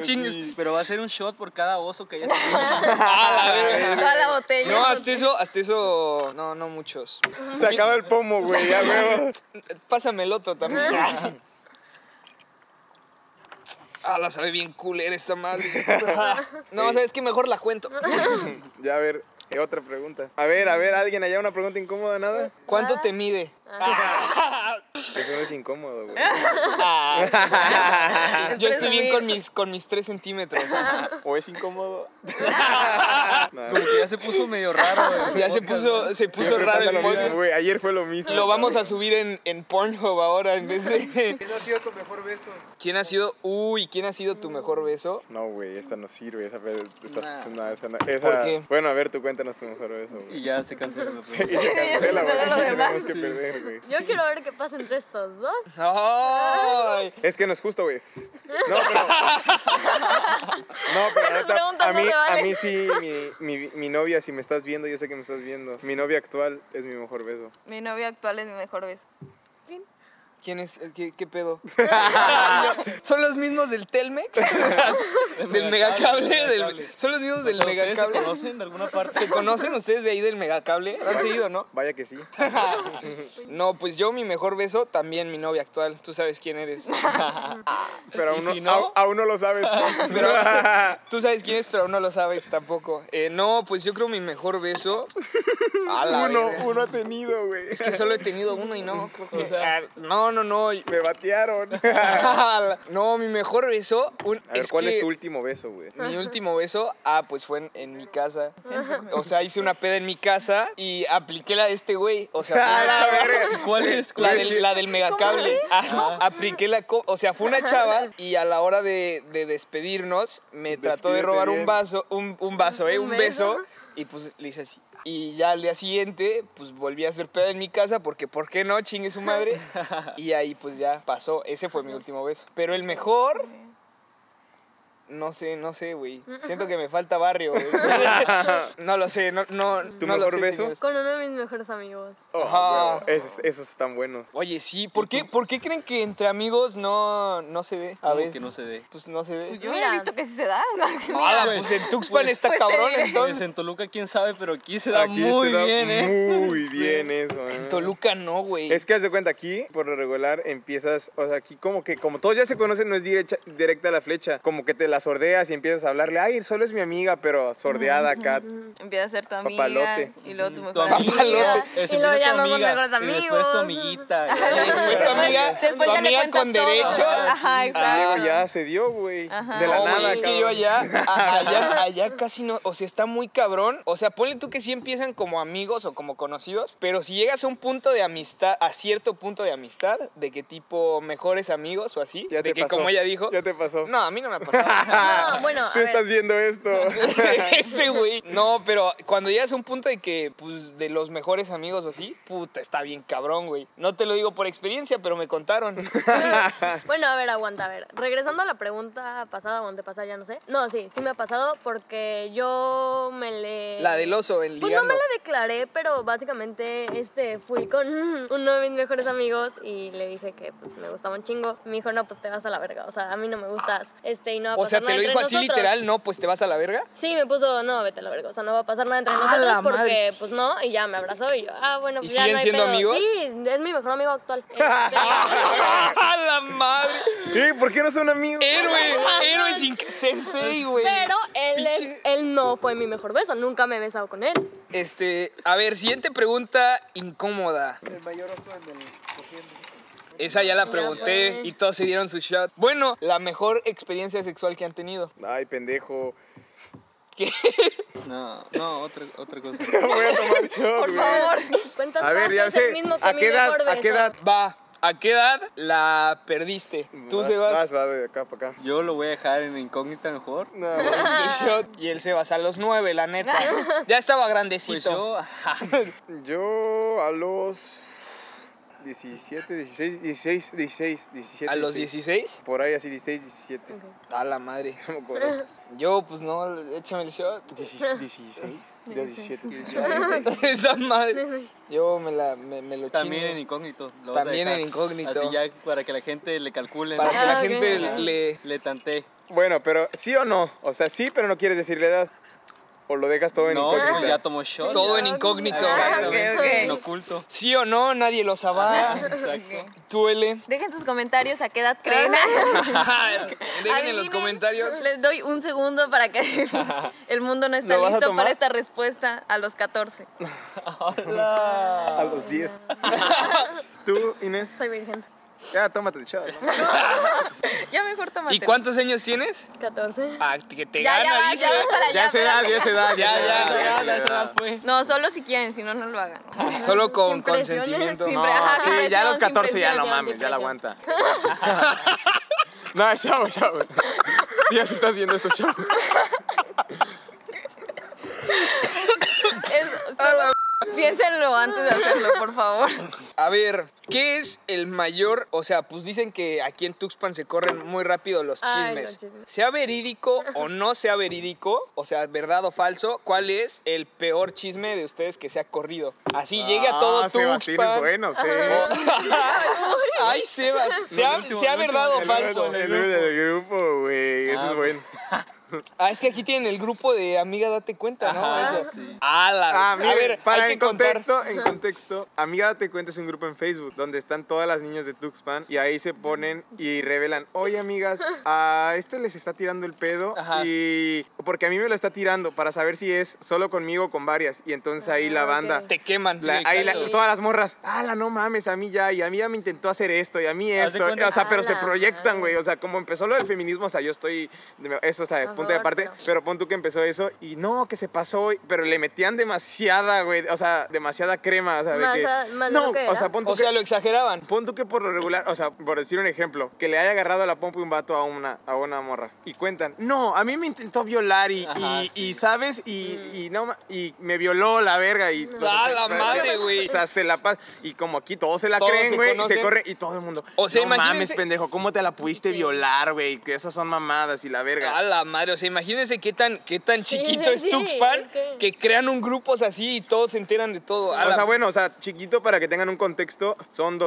Chingues. Pero va a ser un shot por cada oso que hayas tenido. A la verga. Toda la botella. No, hasta eso, hasta eso, no, no muchos. Se acaba el pomo, güey, ya veo. Pásame el otro también. Ah, la sabe bien culera esta madre. No, sabes que mejor la cuento. Ya, a ver, eh, otra pregunta. A ver, a ver, alguien allá, una pregunta incómoda, nada. ¿Cuánto te mide? Eso no es incómodo, güey. Ah. Yo estoy bien Presumir. con mis, con mis 3 centímetros. O es incómodo. Nah, Como que ya se puso medio raro. el Ya se podcast, puso, se puso siempre raro pasa el lo mismo, podcast. güey. Ayer fue lo mismo. Lo vamos a subir en, en Pornhub ahora en vez de... ¿Quién ha sido tu mejor beso? ¿Quién ha sido? Uy, ¿quién ha sido tu mejor beso? No, güey, esta no sirve. Esa, fe- estás- Nah. no, esa no- ¿Por esa- qué? Bueno, a ver, tú cuéntanos tu mejor beso, ¿no? güey. Y ya se canceló la pregunta. Y se cancela, güey. Pero lo no demás, tenemos que sí. perder, güey. Yo quiero ver qué pasa entre estos dos. ¡Ay! Es que no es justo, güey. No, pero. No, pero la neta, preguntas a, no mí, se valen. a mí sí, mi, mi, mi novia, si me estás viendo, yo sé que me estás viendo. Mi novia actual es mi mejor beso. Mi novio actual es mi mejor beso. ¿Quién es? ¿Qué, qué pedo? ¿Son los mismos del Telmex? del megacable. Del, son los mismos O del sea, ¿Ustedes se megacable. conocen de alguna parte? ¿Se conocen ustedes de ahí del megacable? ¿Lo han seguido, no? Vaya que sí. No, pues yo mi mejor beso, también mi novia actual. Tú sabes quién eres. Pero ¿Y aún no, si no? au- aún no lo sabes. Pero tú sabes quién es, pero no lo sabes tampoco. Eh, no, pues yo creo mi mejor beso... A la uno, verga. uno ha tenido, güey. Es que solo he tenido uno y no, creo que- O sea, Ah, no, no, no. Me batearon. no, mi mejor beso. un- A ver, es ¿cuál que es tu último beso, güey? Mi último beso, ah, pues fue en, en mi casa. O sea, hice una peda en mi casa y apliqué la de este güey. O sea, A la fue- verga. ¿Cuál es? La Güey, del, sí. la del megacable. Ajá. Apliqué la. co- O sea, fue una chava y a la hora de, de despedirnos me trató de Despídete robar un bien. vaso, un, un vaso, ¿eh? Un Un beso. beso. Y pues le hice así. Y ya al día siguiente, pues volví a hacer pedo en mi casa porque, ¿por qué no? Chingue su madre. Y ahí pues ya pasó. Ese fue mi último beso. Pero el mejor. No sé, no sé, güey. Siento que me falta barrio, güey. No lo sé, no, no. ¿Tu no lo mejor sé, beso? señores. Con uno de mis mejores amigos. Oh, Ajá. güey, es- esos están buenos. Oye, sí, ¿por qué, ¿por qué creen que entre amigos no, no se dé? A ¿Cómo veces. que no se dé? Pues no se dé. Yo Mira. he visto que sí se da. Nada, pues en Tuxpan está Pues te cabrón, diré. entonces. Pues en Toluca, quién sabe, pero aquí se da Aquí muy se da bien, ¿eh? Muy bien eso, eh. En Toluca no, güey. Es que haz de cuenta, aquí por lo regular empiezas, o sea, aquí como que, como todos ya se conocen, no es directa, directa la flecha, como que te la sordeas y empiezas a hablarle, ay, solo es mi amiga, pero sordeada acá. Empieza a ser tu amiga. Papalote. Y luego tu Tu mejor amiga, amiga. Y eso, luego primero tu ya vamos amiga, mejores Y después tu amigos. amiguita. Después tu amiga, Después tu ya le amiga cuentas con todo. derechos. Ah, Ajá, exacto. Diego Ah, ya se dio, güey. De Ajá. la No, güey, nada, es que cabrón. yo allá, a- allá, allá casi no, o sea, está muy cabrón. O sea, ponle tú que sí empiezan como amigos o como conocidos, pero si llegas a un punto de amistad, a cierto punto de amistad, de que tipo mejores amigos o así, Ya de te que pasó. como ella dijo, Ya te pasó. no, a mí no me ha pasado. No, bueno, a Ah, Tú ver, estás viendo esto. Ese güey. No, pero cuando llegas a un punto de que, pues, de los mejores amigos o así, puta, está bien cabrón, güey. No te lo digo por experiencia, pero me contaron. Bueno, a ver, aguanta, a ver. Regresando a la pregunta pasada o antepasada, ya no sé. No, sí, sí me ha pasado porque yo me le... La del oso, el Pues no ligando. me la declaré, pero básicamente este, fui con uno de mis mejores amigos y le dije que pues, me gustaba un chingo. Me dijo, no, pues te vas a la verga, o sea, a mí no me gustas. Este, y no va a O sea, pasar te nada lo dijo entre así nosotros". literal, no, pues te vas a la verga. Sí, me puso, no, vete a la verga, o sea, no va a pasar nada entre ¡A nosotros la porque, madre! pues no, y ya me abrazó y yo, ah, bueno, ¿Y pues ya siguen no hay siendo pedo". amigos? Sí, es mi mejor amigo actual. Este, ¡A la madre! Eh, ¿Por qué no son amigos? Héroe, héroe sin que- sensei, güey. Pues, Pero él, Pinche- él no fue mi mejor beso, nunca me he besado con él. Este, a ver, siguiente pregunta incómoda. El mayor oso en el cogiendo. Esa ya la Ya pregunté fue. y todos se dieron su shot. Bueno, la mejor experiencia sexual que han tenido. Ay, pendejo. ¿Qué? No, no, otra, otra cosa. Voy a tomar shot, Por güey. favor. Cuentas A ver, ya cuánto es el sé. mismo que ¿A mi qué edad? mejor ¿A qué beso. edad? Va, ¿a qué edad la perdiste? Tú, Vas- Sebas. vas, va de acá para acá. Yo lo voy a dejar en incógnita mejor. No, güey. tu shot. Y el Sebas a los nueve, la neta. Ya estaba grandecito. Pues yo, Yo a los 17, 16, 16, 16, 17. ¿A los 16. 16? Por ahí así 16, 17. A la madre. No me acuerdo. Yo, pues no, échame el shot. 16, 16, 17. Esa madre. Yo me, la, me, me lo también en chingo. incógnito. lo vas a También en dejar. incógnito. Así ya para que la gente le calcule, Para que la Ah, ok. gente le... le tantee. Bueno, pero sí o no. O sea, sí, pero no quieres decir la edad. O lo dejas todo en No, incógnito. pues ya tomó shot. Todo en incógnito. Exactamente, Ah, ok, ok. En oculto. Sí o no, nadie lo sabrá. Exacto. Duele. Dejen sus comentarios a qué edad creen. Dejen en los Adivinen. comentarios. Les doy un segundo para que el mundo no está ¿Lo vas a listo tomar? para esta respuesta a los 14. A los 10. Tú, Inés. Soy virgen. Ya, Ah, tómate el shot. ¿no? Ya mejor tómate. ¿Y cuántos años tienes? 14. Ah, que te Ya, ya gana, va, dice. ya va para allá. Ya se para da, allá. ya se da, Ya, ya, se da, ya, se la da. edad fue. No, solo si quieren, si no, no lo hagan. Solo con Sin ¿eh? presiones, consentimiento. sin No. pre- Ajá, Sí, sin ya a los presión, sin 14 ya no presión, mames, sin ya la presión. aguanta. No, es show, show. Ya se estás viendo esto, show. Es- Piénsenlo antes de hacerlo, por favor. A ver, ¿qué es el mayor? O sea, pues dicen que aquí en Tuxpan se corren muy rápido los Ay, chismes. los chismes. Sea verídico o no sea verídico, o sea, verdad o falso, ¿cuál es el peor chisme de ustedes que se ha corrido? Así llegue a todo Ah, Sebastín es Tuxpan. bueno, sí. Ay, Sebas, sea, último, sea el verdad o El número falso. del grupo, güey. Eso es bueno. Ah, es que aquí tienen el grupo de Amiga Date Cuenta, ¿no? Ajá, Eso. sí. Ah, la Ah, miren, a ver, para hay en que contar. contexto, en contexto, Amiga Date Cuenta es un grupo en Facebook donde están todas las niñas de Tuxpan y ahí se ponen y revelan, oye amigas, a este les está tirando el pedo Ajá. y porque a mí me lo está tirando para saber si es solo conmigo o con varias y entonces ahí la Ah, banda... ok. Te queman. la- Sí, ahí la- claro. todas las morras, la no mames, a mí ya, y a mí ya me intentó hacer esto, y a mí Haz de esto, cuenta- o sea, pero A se la madre. proyectan, güey, o sea, como empezó lo del feminismo, o sea, yo estoy, de- eso, o sea, Favor, punto de aparte, pero- pero pon tú que empezó eso, y no, que se pasó, y- pero le metían demasiada, güey, o sea, demasiada crema, o sea, de Más que, a- más de no, lo que o sea, era. pon tú O sea, que... lo exageraban. Pon tú que por lo regular, o sea, por decir un ejemplo, que le haya agarrado la pompa un vato a una, a una morra. Y cuentan, no, a mí me intentó violar y, Ajá, y, sí. y, ¿sabes? Y, y no, ma- y me violó la verga. Y, Ah, la madre, güey. O sea, se la pasa. Y como aquí todos se la Todos creen, se güey, y se conocen. corre y todo el mundo. O sea, no mames, imagínense- pendejo, ¿cómo te la pudiste violar, güey? Que esas son mamadas y la verga. A la madre, o sea, imagínense qué tan, qué tan Sí, chiquito sí, es sí, Tuxpan es que- que crean un grupo así y todos se enteran de todo. A O la- sea, bueno, o sea, chiquito para que tengan un contexto, son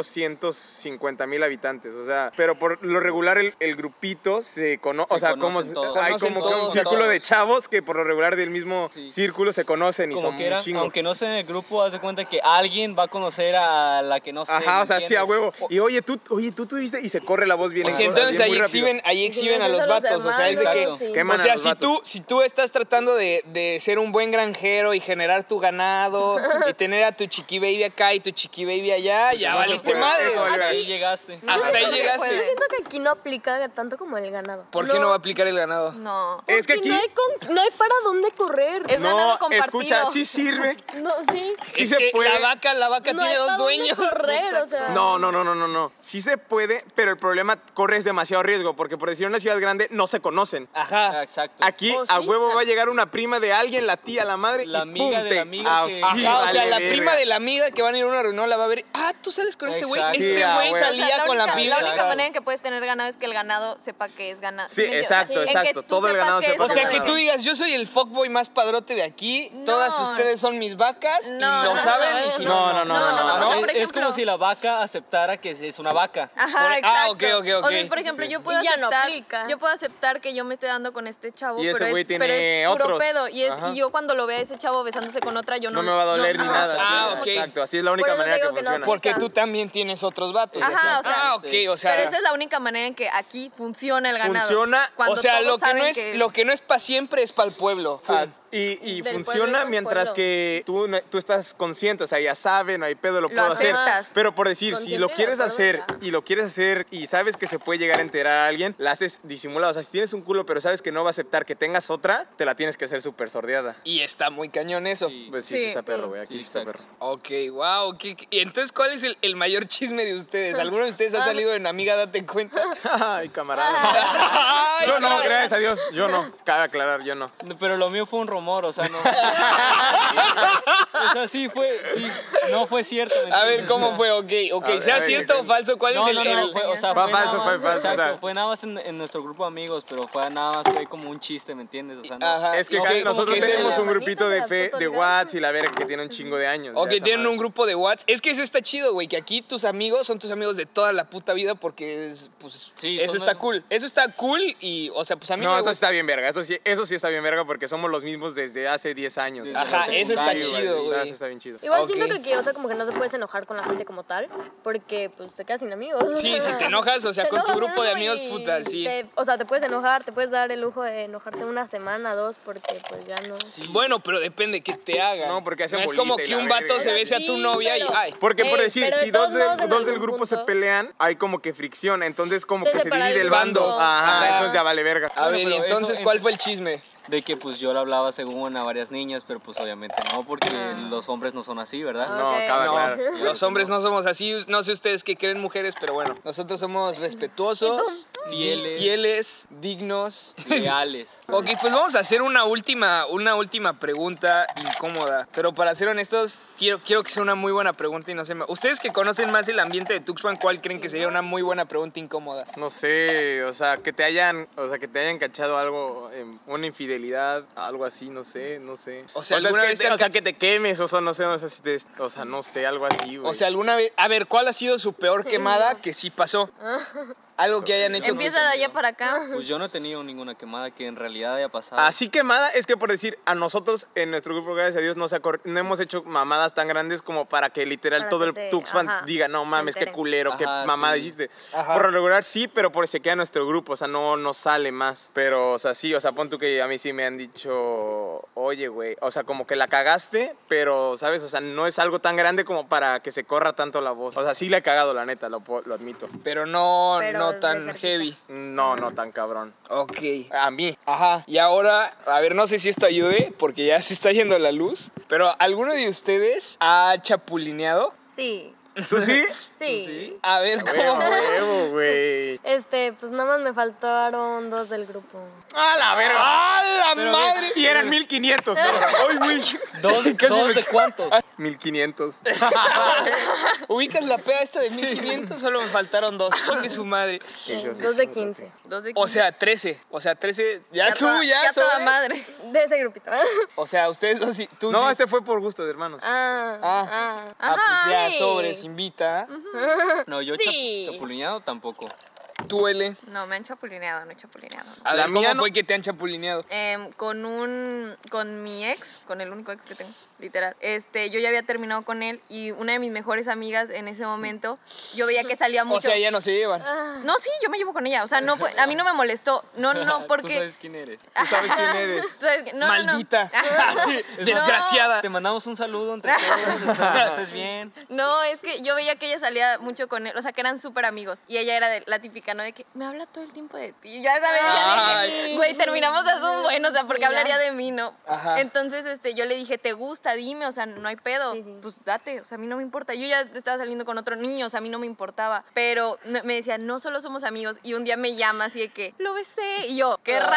250 mil habitantes, o sea, pero por lo regular el, el grupito se conoce, Se o sea, como conocen todos. hay Conocen como que un todos, círculo todos. de chavos que por lo regular del mismo Sí. círculo se conocen y Como son que un era, chingo. aunque no esté en el grupo, haz de cuenta que alguien va a conocer a la que no esté. Ajá, ¿me o sea, sí, a entiendes? huevo. Y oye, tú, oye, tú tuviste y se corre la voz bien. O sea, o sea, entonces bien ahí muy rápido. exhiben, ahí exhiben a Entonces, los Pues a los vatos, o sea, es de hermanos, que... sí. Queman O a sea, los si tú, vatos. si tú estás tratando de, de ser un buen granjero y generar tu ganado y tener a tu chiqui baby acá y tu chiqui baby allá, ya no se valiste puede, madre. Pues eso vale. Hasta ahí llegaste. Ah, No, Hasta yo ahí creo que llegaste. fue- Yo siento que aquí no aplica tanto como el ganado. ¿Por qué no va a aplicar el ganado? No. Es que Porque aquí No hay, con- no hay para dónde correr. Es ganado no, escucha, compartido. sí sirve. No, sí. Sí Es se que puede. La vaca, la vaca no tiene hay dos para dónde dueños. correr, o sea. No, no, no, no, no, no. Sí se puede, pero el problema corres demasiado riesgo porque por decir una ciudad grande no se conocen. Ajá. Exacto. Aquí Oh, a sí. huevo va a llegar una prima de alguien, la tía, la madre. La y amiga pum, de te- la amiga Ah, que- sí, Ajá, o sea, vale la verga. prima de la amiga que van a ir a una reunión la va a ver. Ah, tú sales con este güey. Exacto. Sí, Este ah, güey güey. O sea, salía con la única- prima. La única manera en que puedes tener ganado es que el ganado sepa que es ganado. Sí, ¿Me entiendes? exacto, En que exacto, tú todo el sepas ganado que es sepa O sea, Como que de- tú digas, yo soy el fuckboy más padrote de aquí, todas No. ustedes son mis vacas, y No, lo no, saben, no, y si No, no, no, no, no, no, Ah, o sea, es- por es como ejemplo- si la vaca aceptara que es una vaca. Ajá, Por- ah, exacto. ok, ok, O ok. sea, por ejemplo, yo puedo Y ya no aceptar, aplica. yo puedo aceptar que yo me estoy dando con este chavo, Y ese pero, güey es, pero tiene es puro otros. pedo y es Ajá. y yo cuando lo vea a ese chavo besándose con otra, yo no No me va a doler no, ni ajá, nada. Ah, sí, ok. Exacto, así es la única Por eso manera que digo que no funciona. aplica. porque tú también tienes otros vatos. Ajá, o sea- ah, ok, o sea, pero esa es la única manera en que aquí funciona el ganado. Funciona. Cuando o sea, todos lo que saben no es, que lo que no es para siempre es para el pueblo. Ah, y y Del funciona pueblo y mientras pueblo. que tú, no- tú estás consciente, o sea, ya saben, no hay pedo, lo, Lo puedo hacer. aceptas. Pero por decir, si lo Consciente, quieres de acuerdo, hacer ya. y lo quieres hacer y sabes que se puede llegar a enterar a alguien, la haces disimulada. O sea, si tienes un culo pero sabes que no va a aceptar que tengas otra, te la tienes que hacer súper sordeada. Y está muy cañón eso. Sí. Pues sí, sí, Sí, está sí. perro, güey, aquí Sí, sí está exacto. perro. Ok, wow. ¿qué- qué- Y entonces, ¿cuál es el, el mayor chisme de ustedes? ¿Alguno de ustedes ha Ah. salido en Amiga Date Cuenta? Ay, camarada. Ay, Yo no, gracias a Dios, yo no. Cabe aclarar, yo no. No, Pero lo mío fue un rumor, o sea, no. o sea, sí fue, sí, no fue cierto. ¿me A ver, entiendes? O ¿cómo sea, fue? Ok, ok. A ver, ¿Sea a ver, cierto o ¿qué- falso? ¿Cuál No, es el, no, no, el- fue, o sea, Fue fue, nada falso, más- fue falso, o Exacto, sea. fue nada más en, en nuestro grupo de amigos, pero fue nada más, fue como un chiste, ¿me entiendes? O sea, no. Ajá. Es que Ok, Gaby, como nosotros que es el- tenemos un hermanito grupito de de la fe, foto de legal. Watts y la verga que tiene un chingo de años. O ya que esa tienen madre. un grupo de Whats. Es que eso está chido, güey, que aquí tus amigos son tus amigos de toda la puta vida porque, es, pues, Sí, eso son está los- cool. Eso está cool y, o sea, pues a mí No, me eso gusta. está bien verga, eso sí, eso sí está bien verga porque somos los mismos desde hace 10 años. Desde Ajá, Desde eso está secundario, chido, Eso está, güey. eso está bien chido. Igual Ok. siento que aquí, o sea, como que no te puedes enojar con la gente como tal, porque pues te quedas sin amigos. Sí, si te enojas, o sea, Te con tu enojas grupo de uno amigos, y puta, sí. te- o sea, te puedes enojar, te puedes dar el lujo de enojarte una semana, dos, porque pues ya no. Bueno, pero depende qué te hagan. No, porque hacen No es bolita como y que la un vato verga. se bese a tu Sí, novia y, pero- ay, Porque por Ey, decir, eh, pero de si dos, todos de- modos, en dos del algún grupo se punto- pelean, hay como que fricción, entonces como Se que se separa el divide el bando. grupo. Ajá, Ajá. entonces ya vale verga. A ver, pero y eso entonces, en- ¿cuál fue el chisme? De que pues yo le hablaba según a varias niñas, pero pues obviamente no, porque Ah. los hombres no son así, ¿verdad? No, Ok. acaba No, Ah, claro. los hombres no somos así. No sé ustedes qué creen mujeres, pero bueno, nosotros somos respetuosos, Fieles. fieles, dignos. Reales. Ok, pues vamos a hacer una última, una última pregunta incómoda. Pero para ser honestos, quiero, quiero que sea una muy buena pregunta y no se me... Ustedes que conocen más el ambiente de Tuxpan, ¿cuál creen que sería una muy buena pregunta incómoda? No sé, o sea, que te hayan, o sea, que te hayan cachado algo, em, una infidelidad, algo así, no sé, no sé. O sea, es ¿alguna que vez te- te han o sea, ca- que te quemes, o sea, no sé, no sé si te- o sea, no sé, algo así, güey. O sea, alguna vez... A ver, ¿cuál ha sido su peor quemada que sí pasó? Algo que hayan hecho. Empieza de allá para acá. Pues yo no he tenido ninguna quemada que en realidad haya pasado. Así quemada es que por decir, a nosotros en nuestro grupo, gracias a Dios, no, se ha corri- no hemos hecho mamadas tan grandes como para que literal Para todo que el se- Tuxpan ajá, diga, no se mames, qué enteren". culero, qué Ajá, mamada sí. dijiste. Ajá. Por lo regular sí, pero por se queda nuestro grupo, o sea, no, no sale más. Pero, o sea, sí, o sea, pon tú que a mí sí me han dicho, oye, güey, o sea, como que la cagaste, pero, ¿sabes? O sea, no es algo tan grande como para que se corra tanto la voz. O sea, sí la he cagado, la neta, lo, puedo- lo admito. Pero no, Pero no de tan cerquita. heavy. No, no tan cabrón. Ok. A mí. Ajá. Y ahora, a ver, no sé si esto ayude, porque ya se está yendo la luz. Pero ¿alguno de ustedes ha chapulineado? Sí, ¿Tú sí? sí. A ver, Huevo, ¿cómo? huevo, güey. Este, pues nada más me faltaron dos del grupo. ¡A la verga! ¡A Ah, la madre! Y eran 1500, cabrón. ¡Ay, güey! ¿Dos, dos de cuántos? Ah, 1500. ¿Ubicas la peda esta de 1500? Solo me faltaron dos. Porque su madre. dos de 15. Dos de O quince. sea, 13. O sea, 13. Ya, Ya tú, toda- ya. ya toda sobre. madre. De ese grupito. O sea, ustedes dos sí. Tú No, sí. este fue por gusto de hermanos. Ah, Ah. ah. Ah, pues ya, Ay. sobres, invita. No, yo Sí. chap- chapulineado tampoco. Tú, L. No, me han chapulineado, no he chapulineado. no. A La ver, ¿cómo mía no- fue que te han chapulineado? Em, con un con mi ex con el único ex que tengo literal este yo ya había terminado con él y una de mis mejores amigas en ese momento yo veía que salía mucho O sea, ya no se llevan. no sí yo me llevo con ella o sea no fue, a mí no me molestó no no Ah, Tú porque sabes quién eres. Tú sabes quién eres. Tú sabes que- no, no, no. Maldita. Desgraciada. Te mandamos un saludo entre todos. espero que estés bien. No, es que yo veía que ella salía mucho con él, o sea, que eran súper amigos. Y ella era de, la típica, ¿no? De que me habla todo el tiempo de ti. Ya sabes, ya dije, Ay. güey, terminamos hace un buen, o sea, porque Ya. hablaría de mí, ¿no? Ajá. Entonces, este, yo le dije, ¿te gusta? Dime, o sea, no hay pedo. Sí, sí. Pues date, o sea, a mí no me importa. Yo ya estaba saliendo con otro niño, o sea, a mí no me importaba. Pero no- me decía, no solo somos amigos. Y un día me llama así de que, lo besé. Y yo, qué Ah.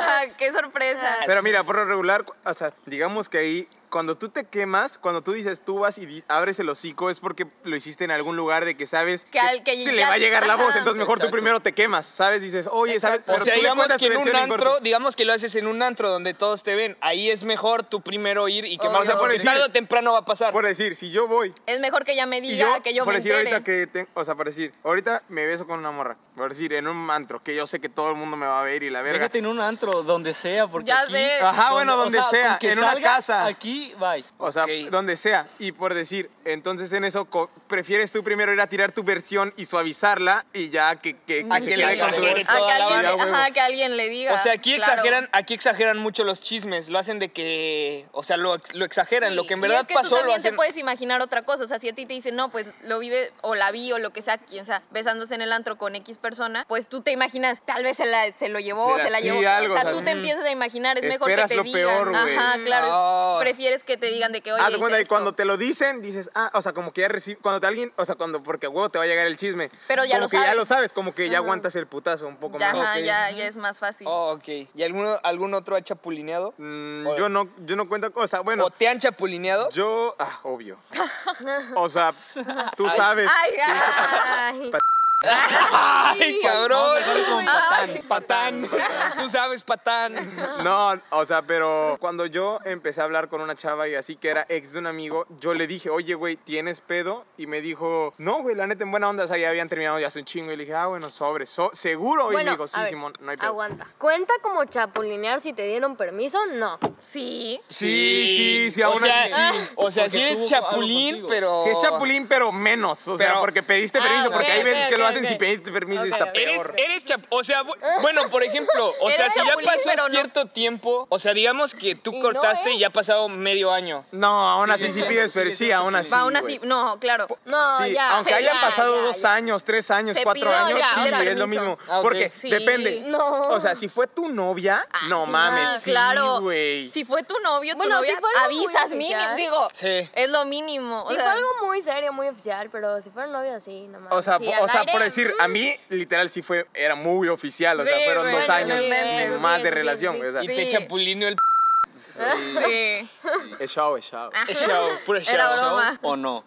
raro, qué sorpresa. Pero mira, por lo regular, cu- o sea, digamos que ahí, cuando tú te quemas, cuando tú dices tú vas y di- abres el hocico, es porque lo hiciste en algún lugar de que sabes Que al- que se le ya- va a llegar la voz, Ajá. entonces mejor tú Exacto. primero te quemas, ¿sabes? Dices, oye, ¿sabes? Exacto. O Pero sea, tú le digamos cuentas que en tu un versión en corto. antro, digamos que lo haces en un antro donde todos te ven. Ahí es mejor tú primero ir y que O sea, por decir- tarde o temprano va a pasar. Por decir, si yo voy Es mejor que ella me y diga, yo, que yo por me decir entere. ahorita que, ten- o sea, por decir, ahorita me beso con una morra, por decir, en un antro, que yo sé que todo el mundo me va a ver y la verga. Déjate en un antro, donde sea, porque Ya aquí- sé. Ajá, bueno, donde o sea, sea, con que en una salga, casa. Aquí, bye. O sea, Ok. donde sea. Y por decir, entonces en eso co- prefieres tú primero ir a tirar tu versión y suavizarla y ya que, que, que A se que quede la con tu exagere a que, toda la alguien, banda, ajá, huevo. que alguien le diga. O sea, aquí claro. exageran, aquí exageran mucho los chismes, lo hacen de que, o sea, lo, lo exageran, lo que en Y verdad es que pasó tú lo también hacen. te puedes imaginar otra cosa. O sea, si a ti te dicen, no, pues lo vive o la vi o lo que sea, quien sea, besándose en el antro con X persona, pues tú te imaginas, tal vez se, la, se lo llevó, Se la- se, la sí, llevó. algo, o o sea, sea, tú te mm. empiezas a imaginar, es mejor que Esperas te lo digan. peor, güey. Ajá, claro. No. Prefieres que te digan de que, oye, Haz de hice cuenta que esto. cuando te lo dicen, dices, ah, o sea, como que ya recibes, cuando te alguien, o sea, cuando, porque a huevo te va a llegar el chisme. Pero ya como lo que ya sabes. lo sabes, como que ya aguantas el putazo un poco ya, más. ajá, Ok. ya, ya es más fácil. Oh, ok. ¿Y alguno, algún otro ha chapulineado? Mm, yo no, yo no cuento, o sea, bueno, ¿O te han chapulineado? yo, ah, obvio. O sea, tú sabes. Ay, ay. ¡Ay, cabrón! patán, patán. Tú sabes, patán. No, o sea, pero cuando yo empecé a hablar con una chava y así que era ex de un amigo, yo le dije, oye, güey, ¿tienes pedo? Y me dijo, no, güey, la neta, en buena onda, o sea, ya habían terminado ya hace un chingo. Y le dije, ah, bueno, sobre, so- seguro. y me Bueno, dijo, sí, a ver, Simón, no hay pedo. aguanta. ¿Cuenta como chapulinear si te dieron permiso? No. Sí. Sí, sí, sí, o aún sea, así. sí. O sea, Porque sí eres tuvo chapulín, algo contigo. pero... Sí es chapulín, pero menos, o sea, Pero- porque pediste Ah, permiso, ok, porque hay ok, veces que lo ok, hacen ok. sin pedirte permiso y Ok, está ok. Eres, peor. eres chap... O sea, bu- bueno, por ejemplo, o sea, Eres si ya chapulín, pero pasó no. cierto tiempo, o sea, digamos que tú Y no, cortaste ¿eh? y ya ha pasado medio año. No, aún así sí, sí, pides, sí, pero sí, sí, sí, aún sí. así. Va, aún güey. así, no, claro. No, sí, ya. aunque sí, hayan ya, pasado ya, dos ya. años, tres años, Se cuatro pidió años, ya, sí, ahora es lo permiso. mismo. Ah, ok. Porque Sí. depende. No. Ah, O sea, si fue tu novia, no Ah, sí, mames, sí, claro. güey. Si fue tu novio, tu Bueno, sí novia, fue algo muy avisas mínimo, oficial. digo. Sí. Es lo mínimo. O Sí, sea, fue algo muy serio, muy oficial, pero si fueron novios, sí, nomás. O sea, Sí, po- al o sea aire, por decir, mm. a mí, literal, sí fue, era muy oficial, o sea, Sí, fueron güey, dos no años inventes, más sí, de sí, relación, sí. güey, o sea. Y te Sí. chapulineó el... p- Sí. Es show, es show. Es show, puro show. Era broma. ¿O no?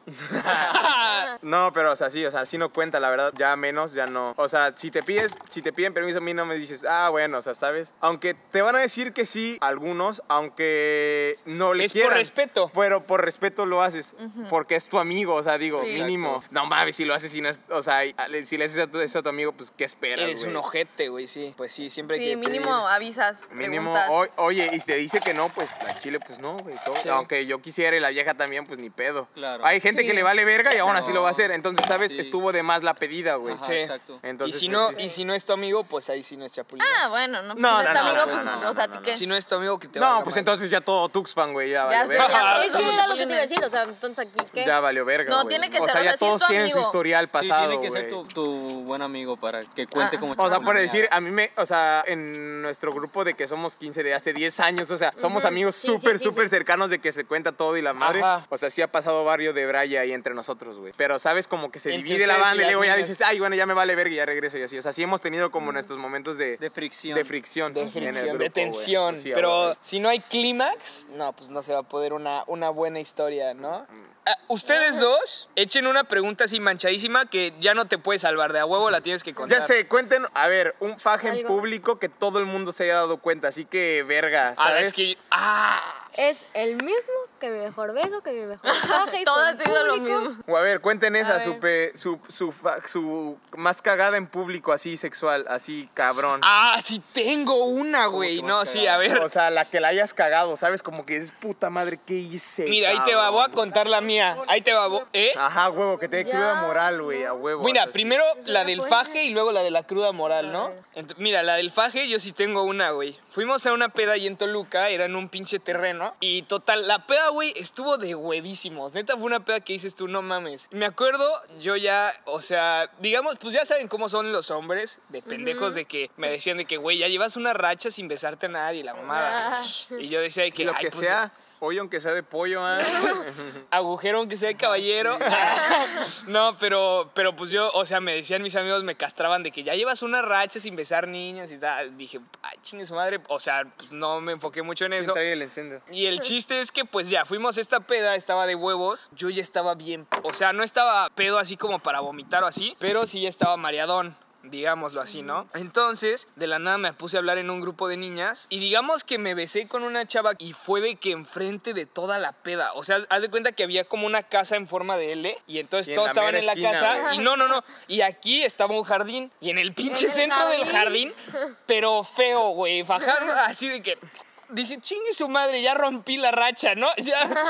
No, pero o sea, sí, o sea, sí no cuenta, la verdad, ya menos, ya no. O sea, si te pides, si te piden permiso a mí no me dices, "Ah, bueno", o sea, ¿sabes? Aunque te van a decir que sí algunos, aunque no le Es por quieran. respeto. Pero por respeto lo haces, porque es tu amigo, o sea, digo, Sí. mínimo. No mames, si lo haces y no es, o sea, y- si le haces eso a tu, eso a tu amigo, pues qué esperas, Eres güey? un ojete, güey, sí. Pues sí, siempre hay Sí, que mínimo pedir. avisas, Mínimo, preguntas. o- oye, y si te dice que no, pues la chile, pues no, güey. so- Sí. Aunque yo quisiera y la vieja también, pues ni pedo. Claro. Hay gente que Sí. le vale verga y aún así lo va a hacer. Entonces, ¿sabes? Sí. Estuvo de más la pedida, güey. Ajá, Sí. exacto. Entonces, y si pues, no, sí. y si no es tu amigo, pues ahí sí no es chapulín. Ah, bueno, No, no. pues, no, tu no, amigo, no, pues, no, no, o sea, no, ¿tú no, qué? Si no es tu amigo, que te No, valga pues madre. entonces ya todo Tuxpan, güey. Ya, Ya valió sé, verga. ya todos ah, Es que somos era lo que te iba a bullying. decir, o sea, entonces aquí, ¿qué? Ya valió verga. No, güey. tiene que o ser, sea, o ya sea, si es todos tu tienen su amigo. historial pasado. sí, tiene que ser güey. tu, tu buen amigo para que cuente Ah. como O sea, por decir, ah, a mí me, o sea, en nuestro grupo de que somos 15 de hace 10 años, o sea, somos amigos Sí, sí, súper, sí, súper cercanos de que se cuenta todo y la madre. Ajá. O sea, sí ha pasado barrio de Braya ahí entre nosotros, güey. Pero sabes como que se Entre divide la ustedes y banda y las luego ya niñas. dices, ay, bueno, ya me vale verga y ya regreso y así. O sea, sí hemos tenido como nuestros momentos de, de fricción. de fricción, de en el fricción, grupo, de güey. tensión. Sí, a pero huevo. si no hay clímax, no, pues no se va a poder una, una buena historia, ¿no? Ah, ustedes dos, echen una pregunta así manchadísima que ya no te puedes salvar. De a huevo la tienes que contar. Ya sé, cuenten, a ver, un faje en Algo. público que todo el mundo se haya dado cuenta, así que verga, Ah, ¿sabes? es que. ¡Ah! Es el mismo que mi mejor beso, que mi mejor traje. y Todo con ha sido lo público. mismo. O a ver, cuenten esa, ver. su, pe- su, su, fa- su más cagada en público, así sexual, así cabrón. ¡Ah! Sí, tengo una, güey. que No, más sí, cagada? a ver. O sea, la que la hayas cagado, ¿sabes? Como que es puta madre, ¿qué hice? Mira, ahí te va, voy a contar la mía. Ahí te va, vo- ¿eh? Ajá, huevo, que te dé Ya, cruda moral, güey, a huevo. o Mira, sea, sí. primero la del buena. faje y luego la de la cruda moral, ¿no? Ent- mira, la del faje yo sí tengo una, güey. Fuimos a una peda ahí en Toluca, era en un pinche terreno. Y total, la peda, güey, estuvo de huevísimos. Neta fue una peda que dices tú, no mames. Me acuerdo, yo ya, o sea, digamos, pues ya saben cómo son los hombres de pendejos de que me decían de que, güey, ya llevas una racha sin besarte a nadie, la mamada. Y yo decía de que... Y lo "Ay, que pues, sea, hoy aunque sea de pollo, ah. agujero aunque sea de caballero. no, pero, pero pues yo, o sea, me decían mis amigos, me castraban de que ya llevas una racha sin besar niñas y tal. Dije, ay, chingue su madre. O sea, pues, no me enfoqué mucho en eso. Trae el encendo. Y el chiste es que pues ya fuimos a esta peda, estaba de huevos, yo ya estaba bien, o sea, no estaba pedo así como para vomitar o así, pero sí ya estaba mareadón. Digámoslo así, ¿no? Entonces, de la nada me puse a hablar en un grupo de niñas y digamos que me besé con una chava y fue de que enfrente de toda la peda. O sea, haz de cuenta que había como una casa en forma de L y entonces Y en todos la estaban mera en la esquina, casa güey. y no, no, no. Y aquí estaba un jardín y en el pinche En el centro del jardín, jardín. pero feo, güey. Fajardo, así de que. Dije, chingue su madre, ya rompí la racha, ¿no? Ya,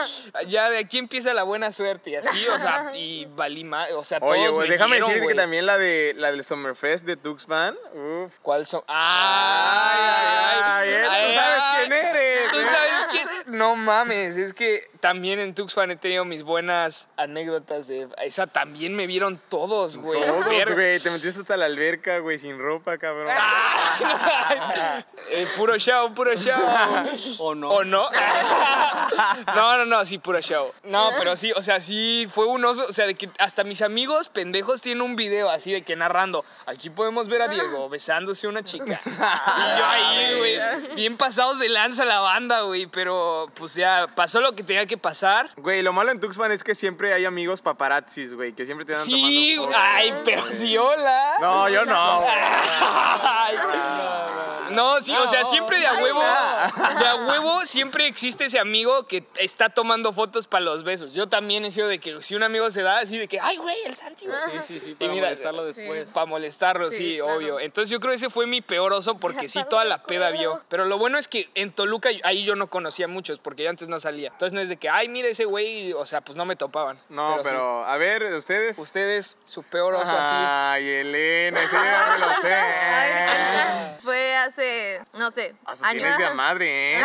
ya de aquí empieza la buena suerte y así, o sea, y valí más, o sea, Oye, todos güey, me déjame vieron, decirte güey. que también la, de, la del Summerfest de Tuxpan, uff. ¿Cuál son? Ay, ay, ¡Ay! ay, eh, tú sabes quién eres. ¿Tú eh. sabes quién? No mames, es que también en Tuxpan he tenido mis buenas anécdotas de... Esa también me vieron todos, güey. Todos, Verga. Ah, güey, te metiste hasta la alberca, güey, sin ropa, cabrón. Eh, puro show, puro show. ¿O no? ¿O no? no, no, no, sí, puro show. No, pero sí, o sea, sí fue un oso. O sea, de que hasta mis amigos pendejos tienen un video así de que narrando. Aquí podemos ver a Diego besándose a una chica. Y yo ahí, güey. Bien pasados de lanza la banda, güey. Pero pues ya pasó lo que tenía que pasar. Güey, lo malo en Tuxpan es que siempre hay amigos paparazzis, güey, que siempre te dan Sí, tomando. güey. Ay, pero sí, hola. Ah, No, yo no. güey. pues, Ay, No, sí, o sea, siempre de a huevo, de a huevo siempre existe ese amigo que está tomando fotos para los besos. Yo también he sido de que si un amigo se da así de que, ay, güey, el Santi, güey. Sí, sí, sí, para mira, molestarlo después. Para molestarlo, sí, Sí, claro. obvio. Entonces yo creo que ese fue mi peor oso porque sí, Para toda la peda descubrirlo. vio. Pero lo bueno es que en Toluca ahí yo no conocía a muchos porque yo antes no salía. Entonces no es de que, ay, mira ese güey, o sea, pues no me topaban. ah. No, pero, sí. a ver, ¿ustedes? Ustedes, su peor oso así. Ay, Elena, ese ya me lo sé. Fue hace, no sé, A sus años. Ah, tienes de madre, ¿eh?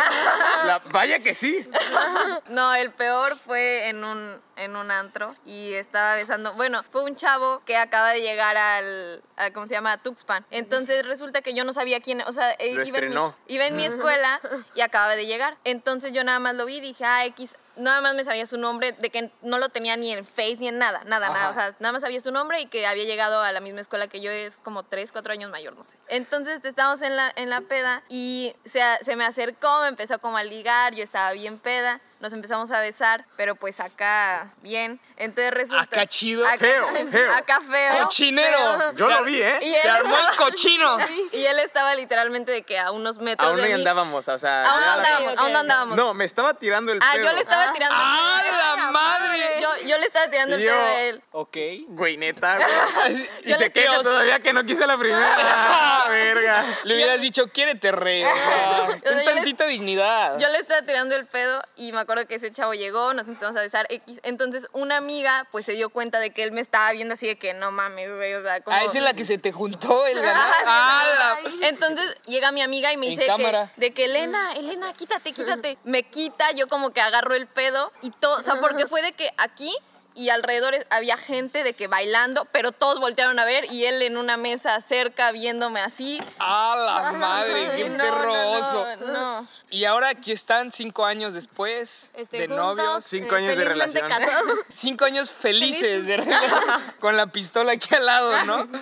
La- vaya que sí. No, el peor fue en un, en un antro y estaba besando. Bueno, fue un chavo que acaba de llegar al, al- ¿cómo se llama? A Tuxpan. Entonces resulta que yo no sabía quién, o sea, Lo eh, iba, en mi, estrenó. iba en mi escuela y acababa de llegar. Entonces yo nada más lo vi y dije, ah, X. nada más me sabía su nombre, de que no lo tenía ni en Face ni en nada, nada, nada. O sea, nada más sabía su nombre y que había llegado a la misma escuela que yo, es como 3, 4 años mayor, no sé. Entonces estábamos en la, en la peda y se, se me acercó, me empezó como a ligar, yo estaba bien peda. Nos empezamos a besar, pero pues acá bien. Entonces resulta. Acá chido. Acá Feo, feo. Acá feo. Cochinero. feo. Yo lo vi, ¿eh? Y Se él armó el estaba- cochino. Y él estaba literalmente de que a unos metros Aún de no mí. andábamos, o sea. Aún ya no la- andábamos, ok, aún no ok. andábamos. No, me estaba tirando el Ah, pedo. yo le estaba tirando. ¡Ah, la madre! Yo, yo le estaba tirando el Yo- pedo a él. Ok. Güey, neta, güey. Y Yo se le- queja Dios. todavía que no quise la primera. Ah, verga. Le hubieras dicho, quiérete, rey. O sea, O sea, ten yo le- tantita dignidad. Yo le estaba tirando el pedo y me acuerdo que ese chavo llegó, nos empezamos a besar X. Entonces una amiga pues se dio cuenta de que él me estaba viendo así de que no mames, güey, o sea, como... Ah, esa es la que se te juntó el ganado. Ah, Ah, sí, Entonces llega mi amiga y me En dice que, cámara. de que Ah, Elena, Elena, quítate, quítate. Me quita, yo como que agarro el pedo y todo, o sea, porque fue de que aquí y alrededor es- había gente de que bailando, pero todos voltearon a ver y él en una mesa cerca viéndome así. la, ah, la madre, qué No, perro no, no, oso. no. Y ahora aquí están cinco años después Este, de juntos, novios. Cinco años de felizmente relación. casados. Cinco años felices, de verdad, con la pistola aquí al lado, ¿no?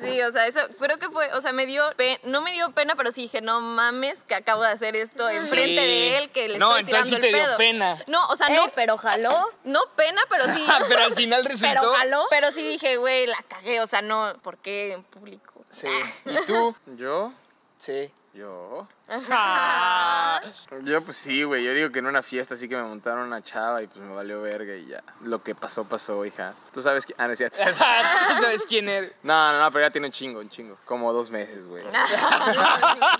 Sí, o sea, eso creo que fue, o sea, me dio, pe- no me dio pena, pero sí dije, no mames, que acabo de hacer esto enfrente Sí. de él, que le No, estoy entonces tirando sí el te dio pedo. pena. No, o sea, Ey, no, pero jaló. no pena, pero sí. Ah, pero al final Pero resultó. jaló. Pero sí dije, güey, la cagué, o sea, no, ¿por qué en público? Sí. ¿Y tú? Yo, Sí. yo. Ah, Yo, pues sí, güey. Yo digo que en una fiesta sí que me montaron una chava y pues me valió verga y ya. Lo que pasó, pasó, hija. Tú sabes que. Ah, no, es cierto. tú sabes quién eres. No, no, no, pero ya tiene un chingo, un chingo. Como dos meses, güey.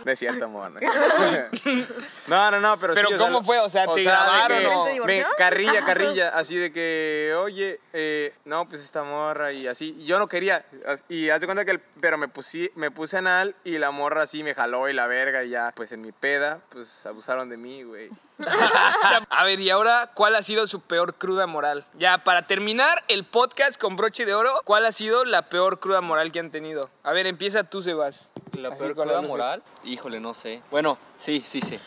no es cierto, amor. No, no, no, no, pero Pero sí, o ¿cómo sea, fue? O sea, ¿te de grabaron que o- ¿Te Me, divorció? carrilla, carrilla. Así de que, oye, eh, no, pues esta morra y así. Y Yo no quería. as- Y haz de cuenta que, el- pero me, pusí, me puse anal y la morra así me jaló y la verga y ya. Pues en mi peda, pues abusaron de mí, güey. Ah, A ver, y ahora, ¿cuál ha sido su peor cruda moral? Ya, para terminar el podcast con broche de oro, ¿cuál ha sido la peor cruda moral que han tenido? A ver, empieza tú, Sebas. ¿La Así peor con las cruda luces. moral? Híjole, no sé. Bueno, sí, sí, sí.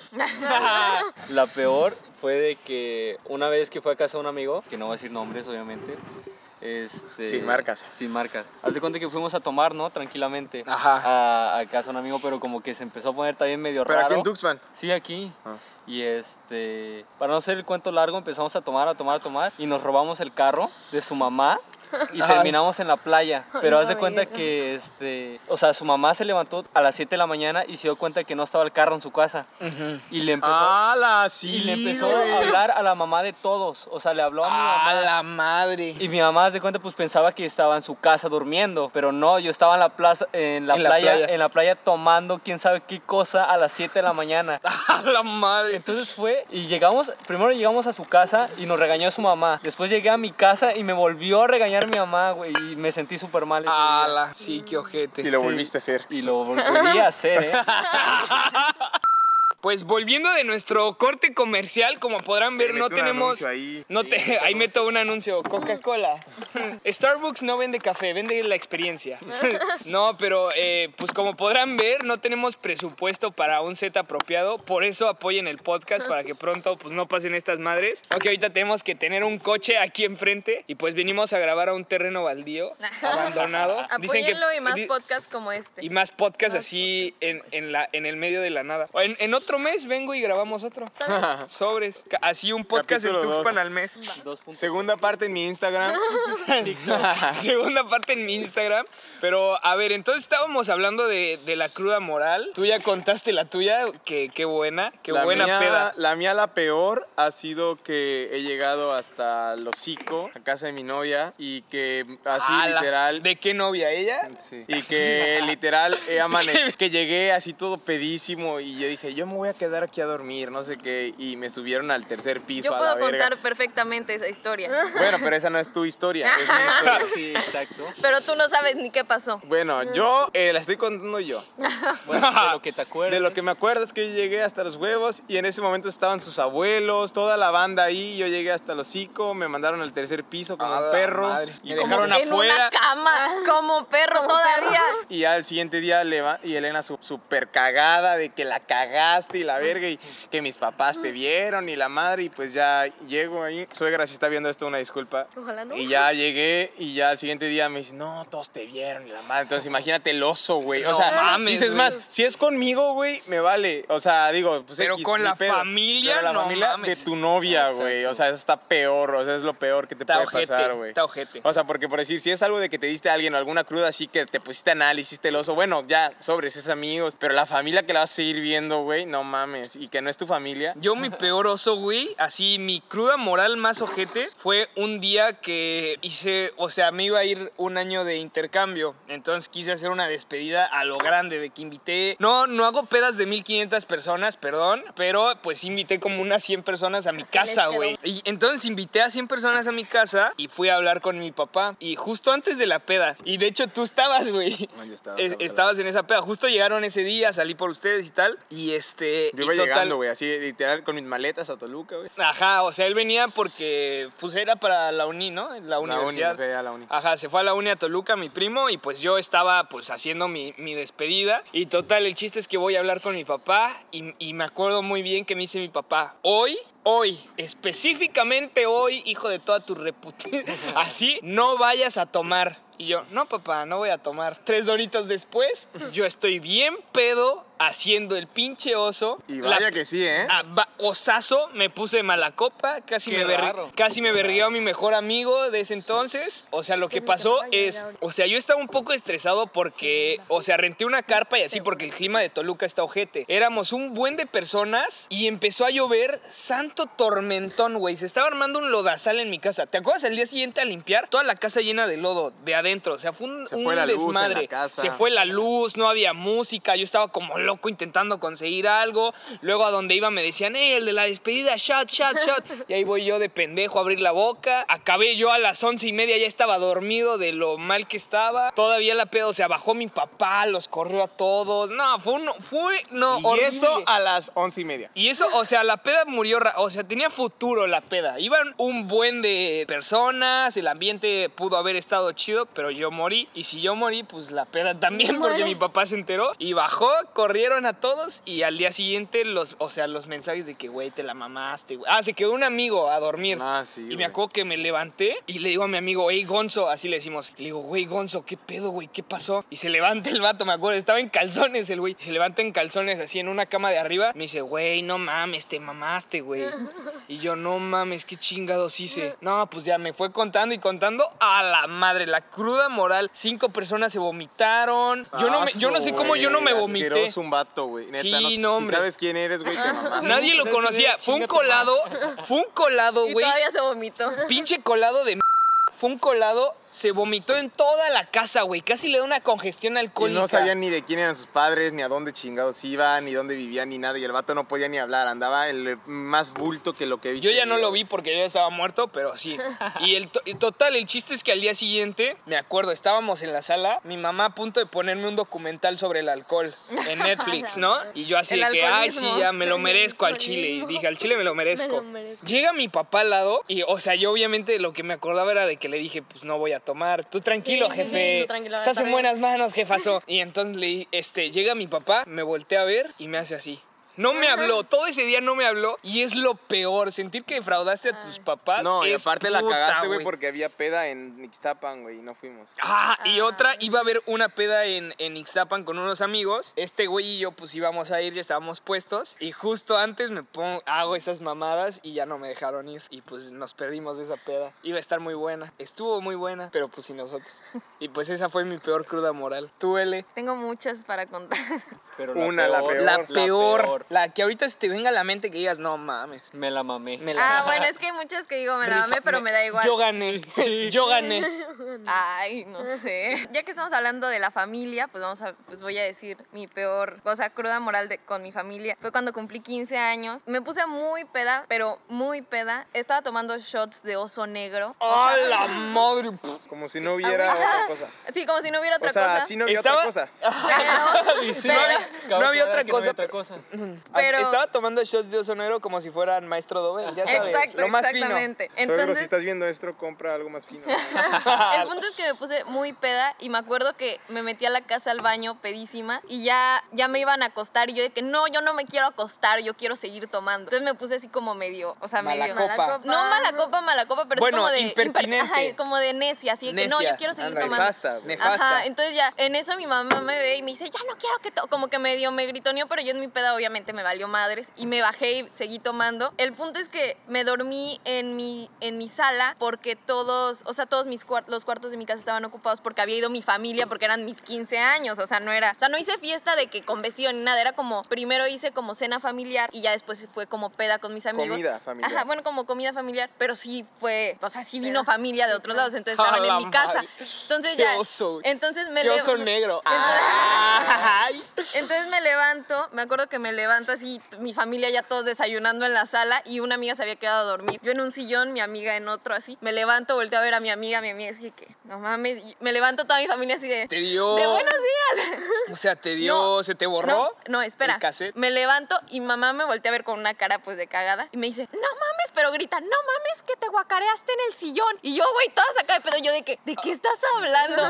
La peor fue de que una vez que fue a casa de un amigo, que no voy a decir nombres, obviamente. Este, Sin marcas. Sin marcas. Haz de cuenta que fuimos a tomar, ¿no? Tranquilamente. Ajá. A, a casa de un amigo, pero como que se empezó a poner también medio Pero raro. aquí en Tuxpan. Sí, aquí. Ah. Y este, para no hacer el cuento largo, empezamos a tomar, a tomar, a tomar y nos robamos el carro de su mamá y terminamos en la playa. Pero haz de cuenta que este, o sea, su mamá se levantó a las 7 de la mañana y se dio cuenta que no estaba el carro en su casa. Y le empezó ¡Hala! y Ah, Sí, le empezó güey. a hablar a la mamá de todos, o sea, le habló a mi mamá. ¡A la madre! Y mi mamá, haz de cuenta, pues pensaba que estaba en su casa durmiendo, pero no, yo estaba en la plaza, en la, En la playa, playa. en la playa tomando quién sabe qué cosa a las 7 de la mañana. ¡A la madre! Entonces fue y llegamos, primero llegamos a su casa y nos regañó su mamá. Después llegué a mi casa y me volvió a regañar mi mamá, güey, y me sentí súper mal ese día. ¡Hala! Sí, qué ojete. Y lo Sí. volviste a hacer. Y lo volví a hacer, ¿eh? Pues volviendo de nuestro corte comercial, como podrán ver, Ahí no mete un tenemos. anuncio ahí. No te, ahí meto un anuncio, Coca-Cola. Starbucks no vende café, vende la experiencia. No, pero eh, pues como podrán ver, no tenemos presupuesto para un set apropiado, por eso apoyen el podcast para que pronto pues no pasen estas madres. Aunque ahorita tenemos que tener un coche aquí enfrente y pues vinimos a grabar a un terreno baldío, abandonado. Dicen que- Apóyenlo y más di- podcasts como este. y más podcast así en, en la, en el medio de la nada. O En, en otro mes vengo y grabamos otro. Sobres. Ca- Así un podcast Capítulo en dos. Tuxpan al mes. Dos puntos. Segunda parte en mi Instagram. Segunda parte en mi Instagram. Pero a ver, entonces estábamos hablando de, de la cruda moral. Tú ya contaste la tuya. que qué buena. Qué la buena mía, peda. La mía, la peor, ha sido que he llegado hasta el hocico, a casa de mi novia, y que así Ah, la- literal. ¿De qué novia ella? Y que literal he amanecido, que llegué así todo pedísimo y yo dije, yo me voy a quedar aquí a dormir, no sé qué, y me subieron al tercer piso Yo a la puedo verga. contar perfectamente esa historia, Bueno, pero esa no es tu historia, es mi historia. Sí, exacto. pero tú no sabes ni qué pasó. Bueno, yo eh, la estoy contando yo. Bueno, de lo que te acuerdas. De lo que me acuerdo es que yo llegué hasta los huevos y en ese momento estaban sus abuelos, toda la banda ahí. Yo llegué hasta el hocico, me mandaron al tercer piso como A un la perro. madre. Y, Me como- dejaron en una afuera. cama, Ah. como perro todavía. y al siguiente día, leva- y Elena su- súper cagada de que la cagaste, y la Pues verga y que mis papás te vieron y la madre y pues ya llego ahí. Suegra, si está viendo esto, una disculpa. Ojalá no. Y ya llegué y ya al siguiente día me dice, no, todos te vieron y la madre. Entonces imagínate el oso, güey. O No sea, mames, dices güey. más, si es conmigo, güey, me vale. O sea, digo, pues Pero X, con ni la familia, Pero la no familia mames. de tu novia, güey. O sea, eso está peor, o sea, es lo peor que te Está puede ojete, pasar, güey. está ojete. O sea, porque por decir, si es algo de que te diste a alguien o alguna cruda así que te pusiste análisis, hiciste el oso, bueno, ya, sobres, es amigos, pero la familia que la vas a seguir viendo, güey, no mames, y que no es tu familia. Yo mi peor oso, güey, así mi cruda moral más ojete fue un día que hice, o sea, me iba a ir un año de intercambio, entonces quise hacer una despedida a lo grande de que invité, no, no hago pedas de 1500 personas, perdón, pero pues sí invité como unas 100 personas a mi casa, quedó. güey. Y entonces invité a 100 personas a mi casa y fui a hablar con mi papá y justo antes de la peda, y de hecho tú estabas, güey. No, yo estaba, Es- la verdad. estabas en esa peda, justo llegaron ese día, salí por ustedes y tal, y este... Yo y iba total- llegando, güey, así, literal, con mis maletas a Toluca, güey. Ajá, o sea, él venía porque pues era para la uni, ¿no? La uni, universidad. me fui a la Ah, uni. Ajá, se fue a la uni a Toluca mi primo y pues yo estaba pues haciendo mi, mi despedida y total, el chiste es que voy a hablar con mi papá y, y me acuerdo muy bien que me dice mi papá, hoy, hoy, específicamente hoy, hijo de toda tu reputa, así no vayas a tomar. Y yo, no papá, no voy a tomar. Tres doritos después, yo estoy bien pedo haciendo el pinche oso. Y La- vaya que sí, ¿eh? Ah, va- osazo, me puse mala copa, casi Qué me, berri- raro. casi me berrió a mi mejor amigo de ese entonces. O sea, lo que pasó es, o sea, yo estaba un poco estresado porque, o sea, renté una carpa y así porque el clima de Toluca está ojete. Éramos un buen de personas y empezó a llover, santo tormentón, güey. Se estaba armando un lodazal en mi casa. ¿Te acuerdas el día siguiente a limpiar? Toda la casa llena de lodo, de adentro. O sea, fue un, Se un fue la luz en la desmadre. casa. Se fue la luz, no había música, yo estaba como loco intentando conseguir algo. Luego a donde iba me decían, hey, el de la despedida, shot, shot, shot. Y ahí voy yo de pendejo a abrir la boca. Acabé yo a las once y media, ya estaba dormido de lo mal que estaba. Todavía la pedo, o sea, bajó mi papá, los corrió a todos. No, fue un, fue, no, y horrible. eso a las once y media. Y eso, o sea, la peda murió, ra- o sea, tenía futuro la peda. Iban un buen de personas, el ambiente pudo haber estado chido, pero yo morí. Y si yo morí, pues la peda también, porque Muere. mi papá se enteró y bajó, corrieron a todos y al día siguiente los, o sea, los mensajes de que, güey, te la mamaste, güey. Ah, se quedó un amigo a dormir. Ah, sí, Y güey. me acuerdo que me levanté y le digo a mi amigo, hey, Gonzo, así le decimos. Le digo, güey, Gonzo, ¿qué pedo, güey? ¿Qué pasó? Y se levanta el vato, me acuerdo, estaba en calzones el güey. Se levanta en calzones así en una cama de arriba. Me dice, güey, no mames, te mamaste, güey. Y yo, no mames, qué chingados hice. No, pues ya me fue contando y contando a la madre, la cruda moral. Cinco personas se vomitaron. Yo no, me- yo no sé cómo yo no me vomité. Asqueroso un vato, güey. Neta, Sí, no, sé no, si hombre. sabes quién eres, güey, te mamaste. Nadie lo Ustedes tuvieron conocía. Fue un chinga tu madre. colado, fue un colado, Y güey. todavía se vomitó. Pinche colado de m- fue un colado, se vomitó en toda la casa, güey. Casi le da una congestión Y alcohólica. no sabían ni de quién eran sus padres, ni a dónde chingados iban, ni dónde vivían, ni nada. Y el vato no podía ni hablar, andaba el más bulto que lo que vi. Yo ya no lo vi porque yo ya estaba muerto, pero sí. Y el to- y total, el chiste es que al día siguiente, me acuerdo, estábamos en la sala, mi mamá a punto de ponerme un documental sobre el alcohol en Netflix, ¿no? Y yo así El de que, ay, sí, alcoholismo. ya me lo El merezco al chile. Y alcoholismo. dije, al chile me lo merezco. merezco. Llega mi papá al lado y, o sea, yo obviamente lo que me acordaba era de que le dije, pues no voy a tomar. Tú tranquilo, Sí, sí, sí, jefe. tú tranquilo, Estás está en bien. buenas manos, jefazo. Y entonces le di- este, llega mi papá, me voltea a ver y me hace así. No me habló, todo ese día no me habló y es lo peor, sentir que defraudaste a tus papás. No, y es aparte la puta, cagaste, güey, porque había peda en Nixtapan, güey, y no fuimos. Ah, y otra, iba a haber una peda en, en Ixtapan con unos amigos. Este güey y yo, pues íbamos a ir, ya estábamos puestos. Y justo antes me pongo, hago esas mamadas y ya no me dejaron ir. Y pues nos perdimos de esa peda. Iba a estar muy buena. Estuvo muy buena, pero pues sin nosotros. Y pues esa fue mi peor cruda moral. Tú, L. Tengo muchas para contar. Pero Una, la peor. La peor, La que ahorita se te venga a la mente que digas, no mames. Me la mamé. Me la Ah, bueno, es que hay muchas que digo, me la mamé, pero me da igual. Yo gané. Yo gané. Ay, no sé. Ya que estamos hablando de la familia, pues vamos a, pues voy a decir mi peor cosa cruda moral de, con mi familia. Fue cuando cumplí 15 años. Me puse muy peda, pero muy peda. Estaba tomando shots de oso negro. ¡Oh, la madre! Como si no Ah, hubiera otra cosa. Sí, como si no hubiera otra O sea, cosa. si no había Estaba- otra cosa. Pero- Sí, no pero- había- Cabe no había aclarar otra que no cosa, había otra pero- cosa. Pero- Ah, Estaba tomando shots de oso negro como si fueran maestro Doble, ya sabes. Exacto, lo más fino. exactamente. Suegro, si Entonces, estás viendo esto, compra algo más fino. el punto punto es que me puse muy peda y me acuerdo que me metí a la casa al baño pedísima y ya, ya me iban a acostar y yo de que no, yo no me quiero acostar, yo quiero seguir tomando. Entonces me puse así como medio, o sea, Mala medio... copa. No, mala copa, mala copa, pero Bueno, es como de... impertinente. imper- ajá, como de necia, así de que no, Necia. yo quiero seguir Ándale. tomando. Ah, Nefasta, güey. Nefasta. Ajá, entonces ya, en eso mi mamá me ve y me dice, ya no quiero que... to-". Como que medio me gritoneó, pero yo en mi peda obviamente me valió madres y me bajé y seguí tomando. El punto es que me dormí en mi, en mi sala porque todos, o sea, todos mis cuar- los cuartos de mi casa estaban ocupados porque había ido mi familia, porque eran mis 15 años, o sea, no era... O sea, no hice fiesta de que con vestido ni nada, era como, primero hice como cena familiar y ya después fue como peda con mis amigos. Comida familiar. Ajá, bueno, como comida familiar, pero sí fue, o sea, sí vino familia de otros lados, entonces A estaban la en mi casa. madre. Entonces Qué ya. oso, güey. Entonces me Qué lev- oso negro. Ay. Entonces me levanto, me acuerdo que me levanto así, t- mi familia ya todos desayunando en la sala y una amiga se había quedado a dormir. Yo en un sillón, mi amiga en otro así. Me levanto, volteo a ver a mi amiga, mi amiga así que, no mames, y me levanto toda mi familia así de, Te dio- de buenos días. O sea, te dio, No, se te borró. No, no, espera. el cassette. Me levanto y mamá me voltea a ver con una cara pues de cagada y me dice, no mames, pero grita, no mames que te guacareaste en el sillón. Y yo, güey, toda sacada de pedo, yo de que, ¿de qué estás hablando?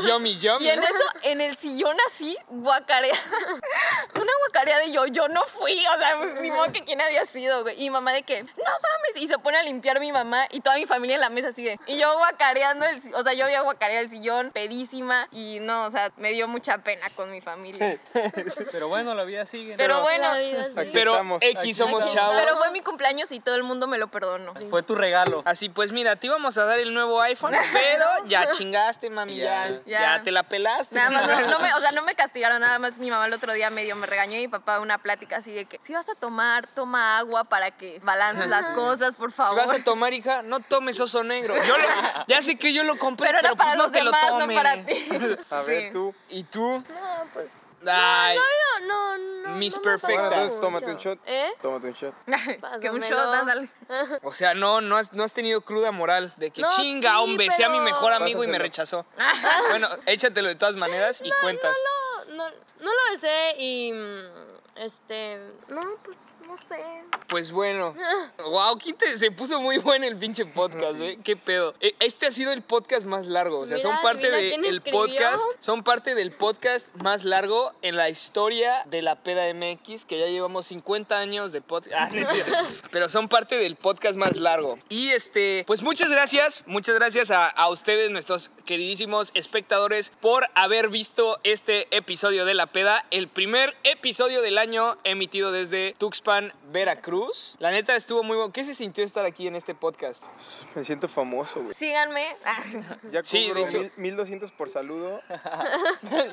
Yummy, yummy. Y en eso, en el sillón así, guacarea. una guacarea de yo, yo no fui, o sea, pues ni modo que quién había sido, güey. Y mamá de que, no mames, y se pone a limpiar mi mamá y toda mi familia en la mesa así de, y yo guacareando, el, si- o sea, yo había guacareado el sillón, pedísima, y no, o sea, me dio mucha pena con mi familia. Pero bueno, la vida sigue. Pero bueno, La vida es Aquí Pero estamos. X Aquí somos estamos. chavos. pero fue mi cumpleaños y todo el mundo me lo perdonó. Fue tu regalo. Así pues mira, te íbamos a dar el nuevo iPhone, pero ya chingaste, mami, ya, ya, Ya. te la pelaste. Nada más, no, no me, o sea, no me castigaron, nada más mi mamá el otro día medio me regañó y mi papá una plática así de que si vas a tomar, toma agua para que balances las cosas, por Si favor. vas a tomar, hija, no tomes oso negro. Yo lo- ya sé que yo lo compré, pero pero, era pues, para no los te demás, lo no tomes. para ti. A ver Sí. tú. ¿Y tú? No, pues. Ay, No, no, no. Miss no me ha Perfecta. Bueno, pasado entonces tómate un mucho. shot. ¿Eh? Tómate un shot. que un Pásamelo. shot, ándale. o sea, no, no has, no has tenido cruda moral de que No, chinga, sí, hombre, sea mi pero- mejor amigo y me Pásaselo. rechazó. bueno, échatelo de todas maneras y cuentas. No, no, no lo besé y. mm, Este. No, pues no sé. Pues bueno. Ah. Wow, se puso muy bueno el pinche podcast, ¿eh? Qué pedo. E- Este ha sido el podcast más largo. O sea, Mira, son parte adivina del quién escribió. podcast. Son parte del podcast más largo en la historia de la peda MX, que ya llevamos 50 años de podcast. Ah, no es cierto. Pero son parte del podcast más largo. Y este, pues muchas gracias, muchas gracias a, a ustedes, nuestros queridísimos espectadores, por haber visto este episodio de la peda, el primer episodio del año emitido desde Tuxpan, Veracruz. La neta estuvo muy bueno. ¿Qué se sintió estar aquí en este podcast? Me siento famoso, güey. Síganme. Ya Sí, cobro de hecho. mil- 1200 por saludo.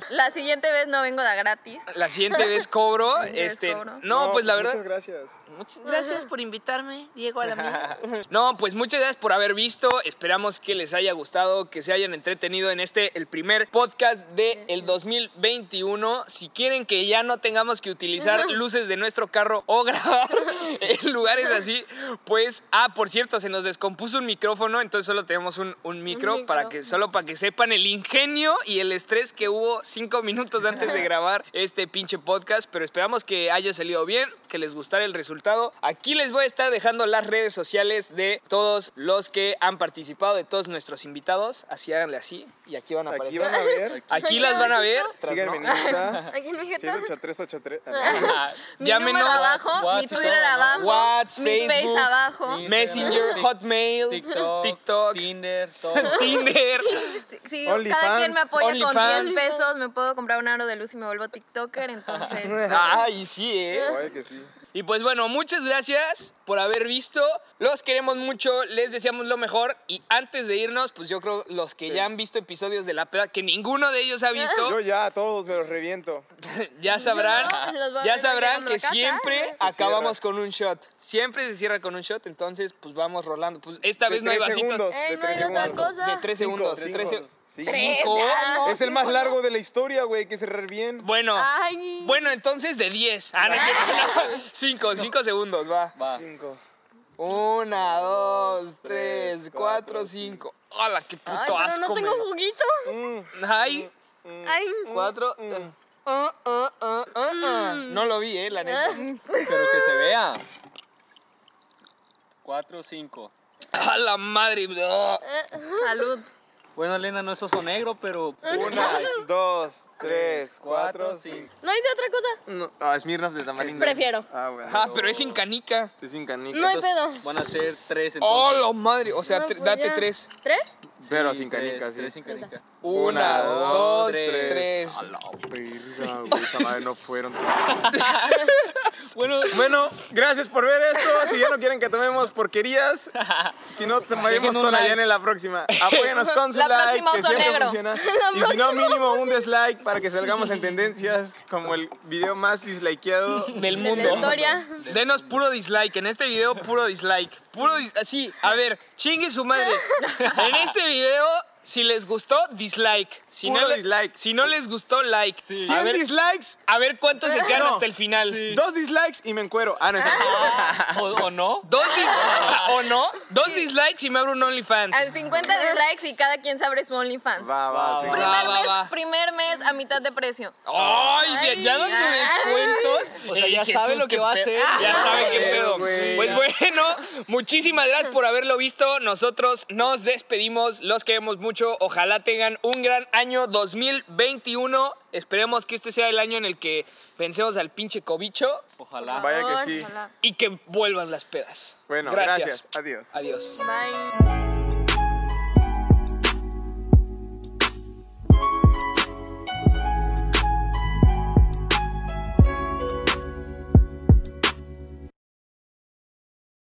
La siguiente vez no vengo de gratis. La siguiente vez cobro. vez este, cobro. No, pues la verdad. Muchas gracias. Muchas gracias por invitarme, Diego, a la mía. No, pues muchas gracias por haber visto. Esperamos que les haya gustado, que se hayan entretenido en este, el primer podcast del el 2021. Si quieren que ya no tengamos que utilizar luces de nuestro carro o grabar en lugares así, pues, ah, por cierto, se nos descompuso un micrófono, entonces solo tenemos un, un micro, micro. para que, solo para que sepan el ingenio y el estrés que hubo cinco minutos antes de grabar este pinche podcast, pero esperamos que haya salido bien, que les gustara el resultado. Aquí les voy a estar dejando las redes sociales de todos los que han participado, de todos nuestros invitados, así háganle así y aquí van a Aquí aparecer. van a ver. Aquí las van a ver. Síganme en Insta. Aquí en mi jeta. 78383. Ah, no. Mi número abajo, Whats mi y Twitter todo, ¿no? abajo, Whats, mi Facebook, Face abajo. Instagram, Messenger, Tic- Hotmail, TikTok, TikTok, Tinder, todo. Tinder. Sí, sí, OnlyFans. cada quien me apoya con OnlyFans. 10 pesos, me puedo comprar un aro de luz y me vuelvo TikToker, entonces. Ay, sí, eh. Ay, que sí. Y pues bueno, muchas gracias por haber visto. Los queremos mucho, les deseamos lo mejor. Y antes de irnos, pues yo creo los que ya han visto episodios de la peda, que ninguno de ellos ha Yo visto, ya a todos me los reviento. ya sabrán, no, los voy a ya ver sabrán llegando a que casa, siempre ¿eh? acabamos con un shot. Siempre se cierra con un shot, entonces pues vamos rolando. Pues esta De vez no hay 3 vasito. segundos. Eh, De no 3 hay otra segundos. cosa. De tres Cinco, segundos, de cinco. tres segundos. Sí. Este, Cinco. ya, no, Es el cinco, más no. largo de la historia, güey, que cerrar bien. Bueno, Ay. bueno, entonces de 10. Ah, no, no, no. Cinco, cinco segundos, va. Va. 5. Una, dos, tres, cuatro, cinco. ¡Hala, qué puto Ay, pero asco! no tengo me dio. juguito. Ay, Mm. Ay. cuatro. eh. Ah, ah, ah, ah, ah. Mm. No lo vi, eh, la neta. Pero que se vea. 4, 5. A la madre. Ah. Salud. Bueno, Elena, no es oso negro, pero... Una, dos, tres, cuatro, cinco. ¿No hay de otra cosa? No, ah, Smirnoff de Tamarindo. Prefiero. Ah, bueno. Ah, pero es sin canica. Es sin canica. No hay Entonces, pedo. Van a ser tres, entonces. ¡Oh, la madre! O sea, No, tre- pues date ya. tres. ¿Tres? Pero Sí, sin tres, canica, tres sí. sin canica. Una, dos, tres. A la verga, güey. Esa madre no fueron. Bueno, Bueno, gracias por ver esto. Si ya no quieren que tomemos porquerías, si no tomaremos Dejen un Tonayán like. en la próxima. Apóyanos con su La like, próxima que oso siempre negro. funciona. La Y si no, mínimo un dislike para que salgamos en tendencias como el video más dislikeado. del De mundo. la historia. Denos puro dislike. En este video, puro dislike. Puro dis- Así, a ver, chingue su madre. En este video, si les gustó, dislike. Si Puro no le- dislike. Si no les gustó, like. A, 100 ver, dislikes, a ver cuántos se quedan No. hasta el final. dos dislikes y me encuero. Ah, no, es cierto. ¿O, o no? Dos dis- ¿O no? Dos dislikes y me abro un OnlyFans. Al 50 dislikes y cada quien se abre su OnlyFans. Va, va, sí. va. Primer mes, va. primer mes a mitad de precio. ¡Ay! ya- Ya dando descuentos. O sea, Ey, ya Jesús, sabe lo que qué va a pe- hacer. Ya sabe qué Pero, pedo. güey, Pues ya. bueno, muchísimas gracias por haberlo visto. Nosotros nos despedimos. Los queremos mucho. Ojalá tengan un gran año 2021. Esperemos que este sea el año en el que vencemos al pinche cobicho Ojalá. Vaya que Por sí. favor, ojalá. y que vuelvan las pedas. Bueno, gracias. Adiós. Adiós. Bye.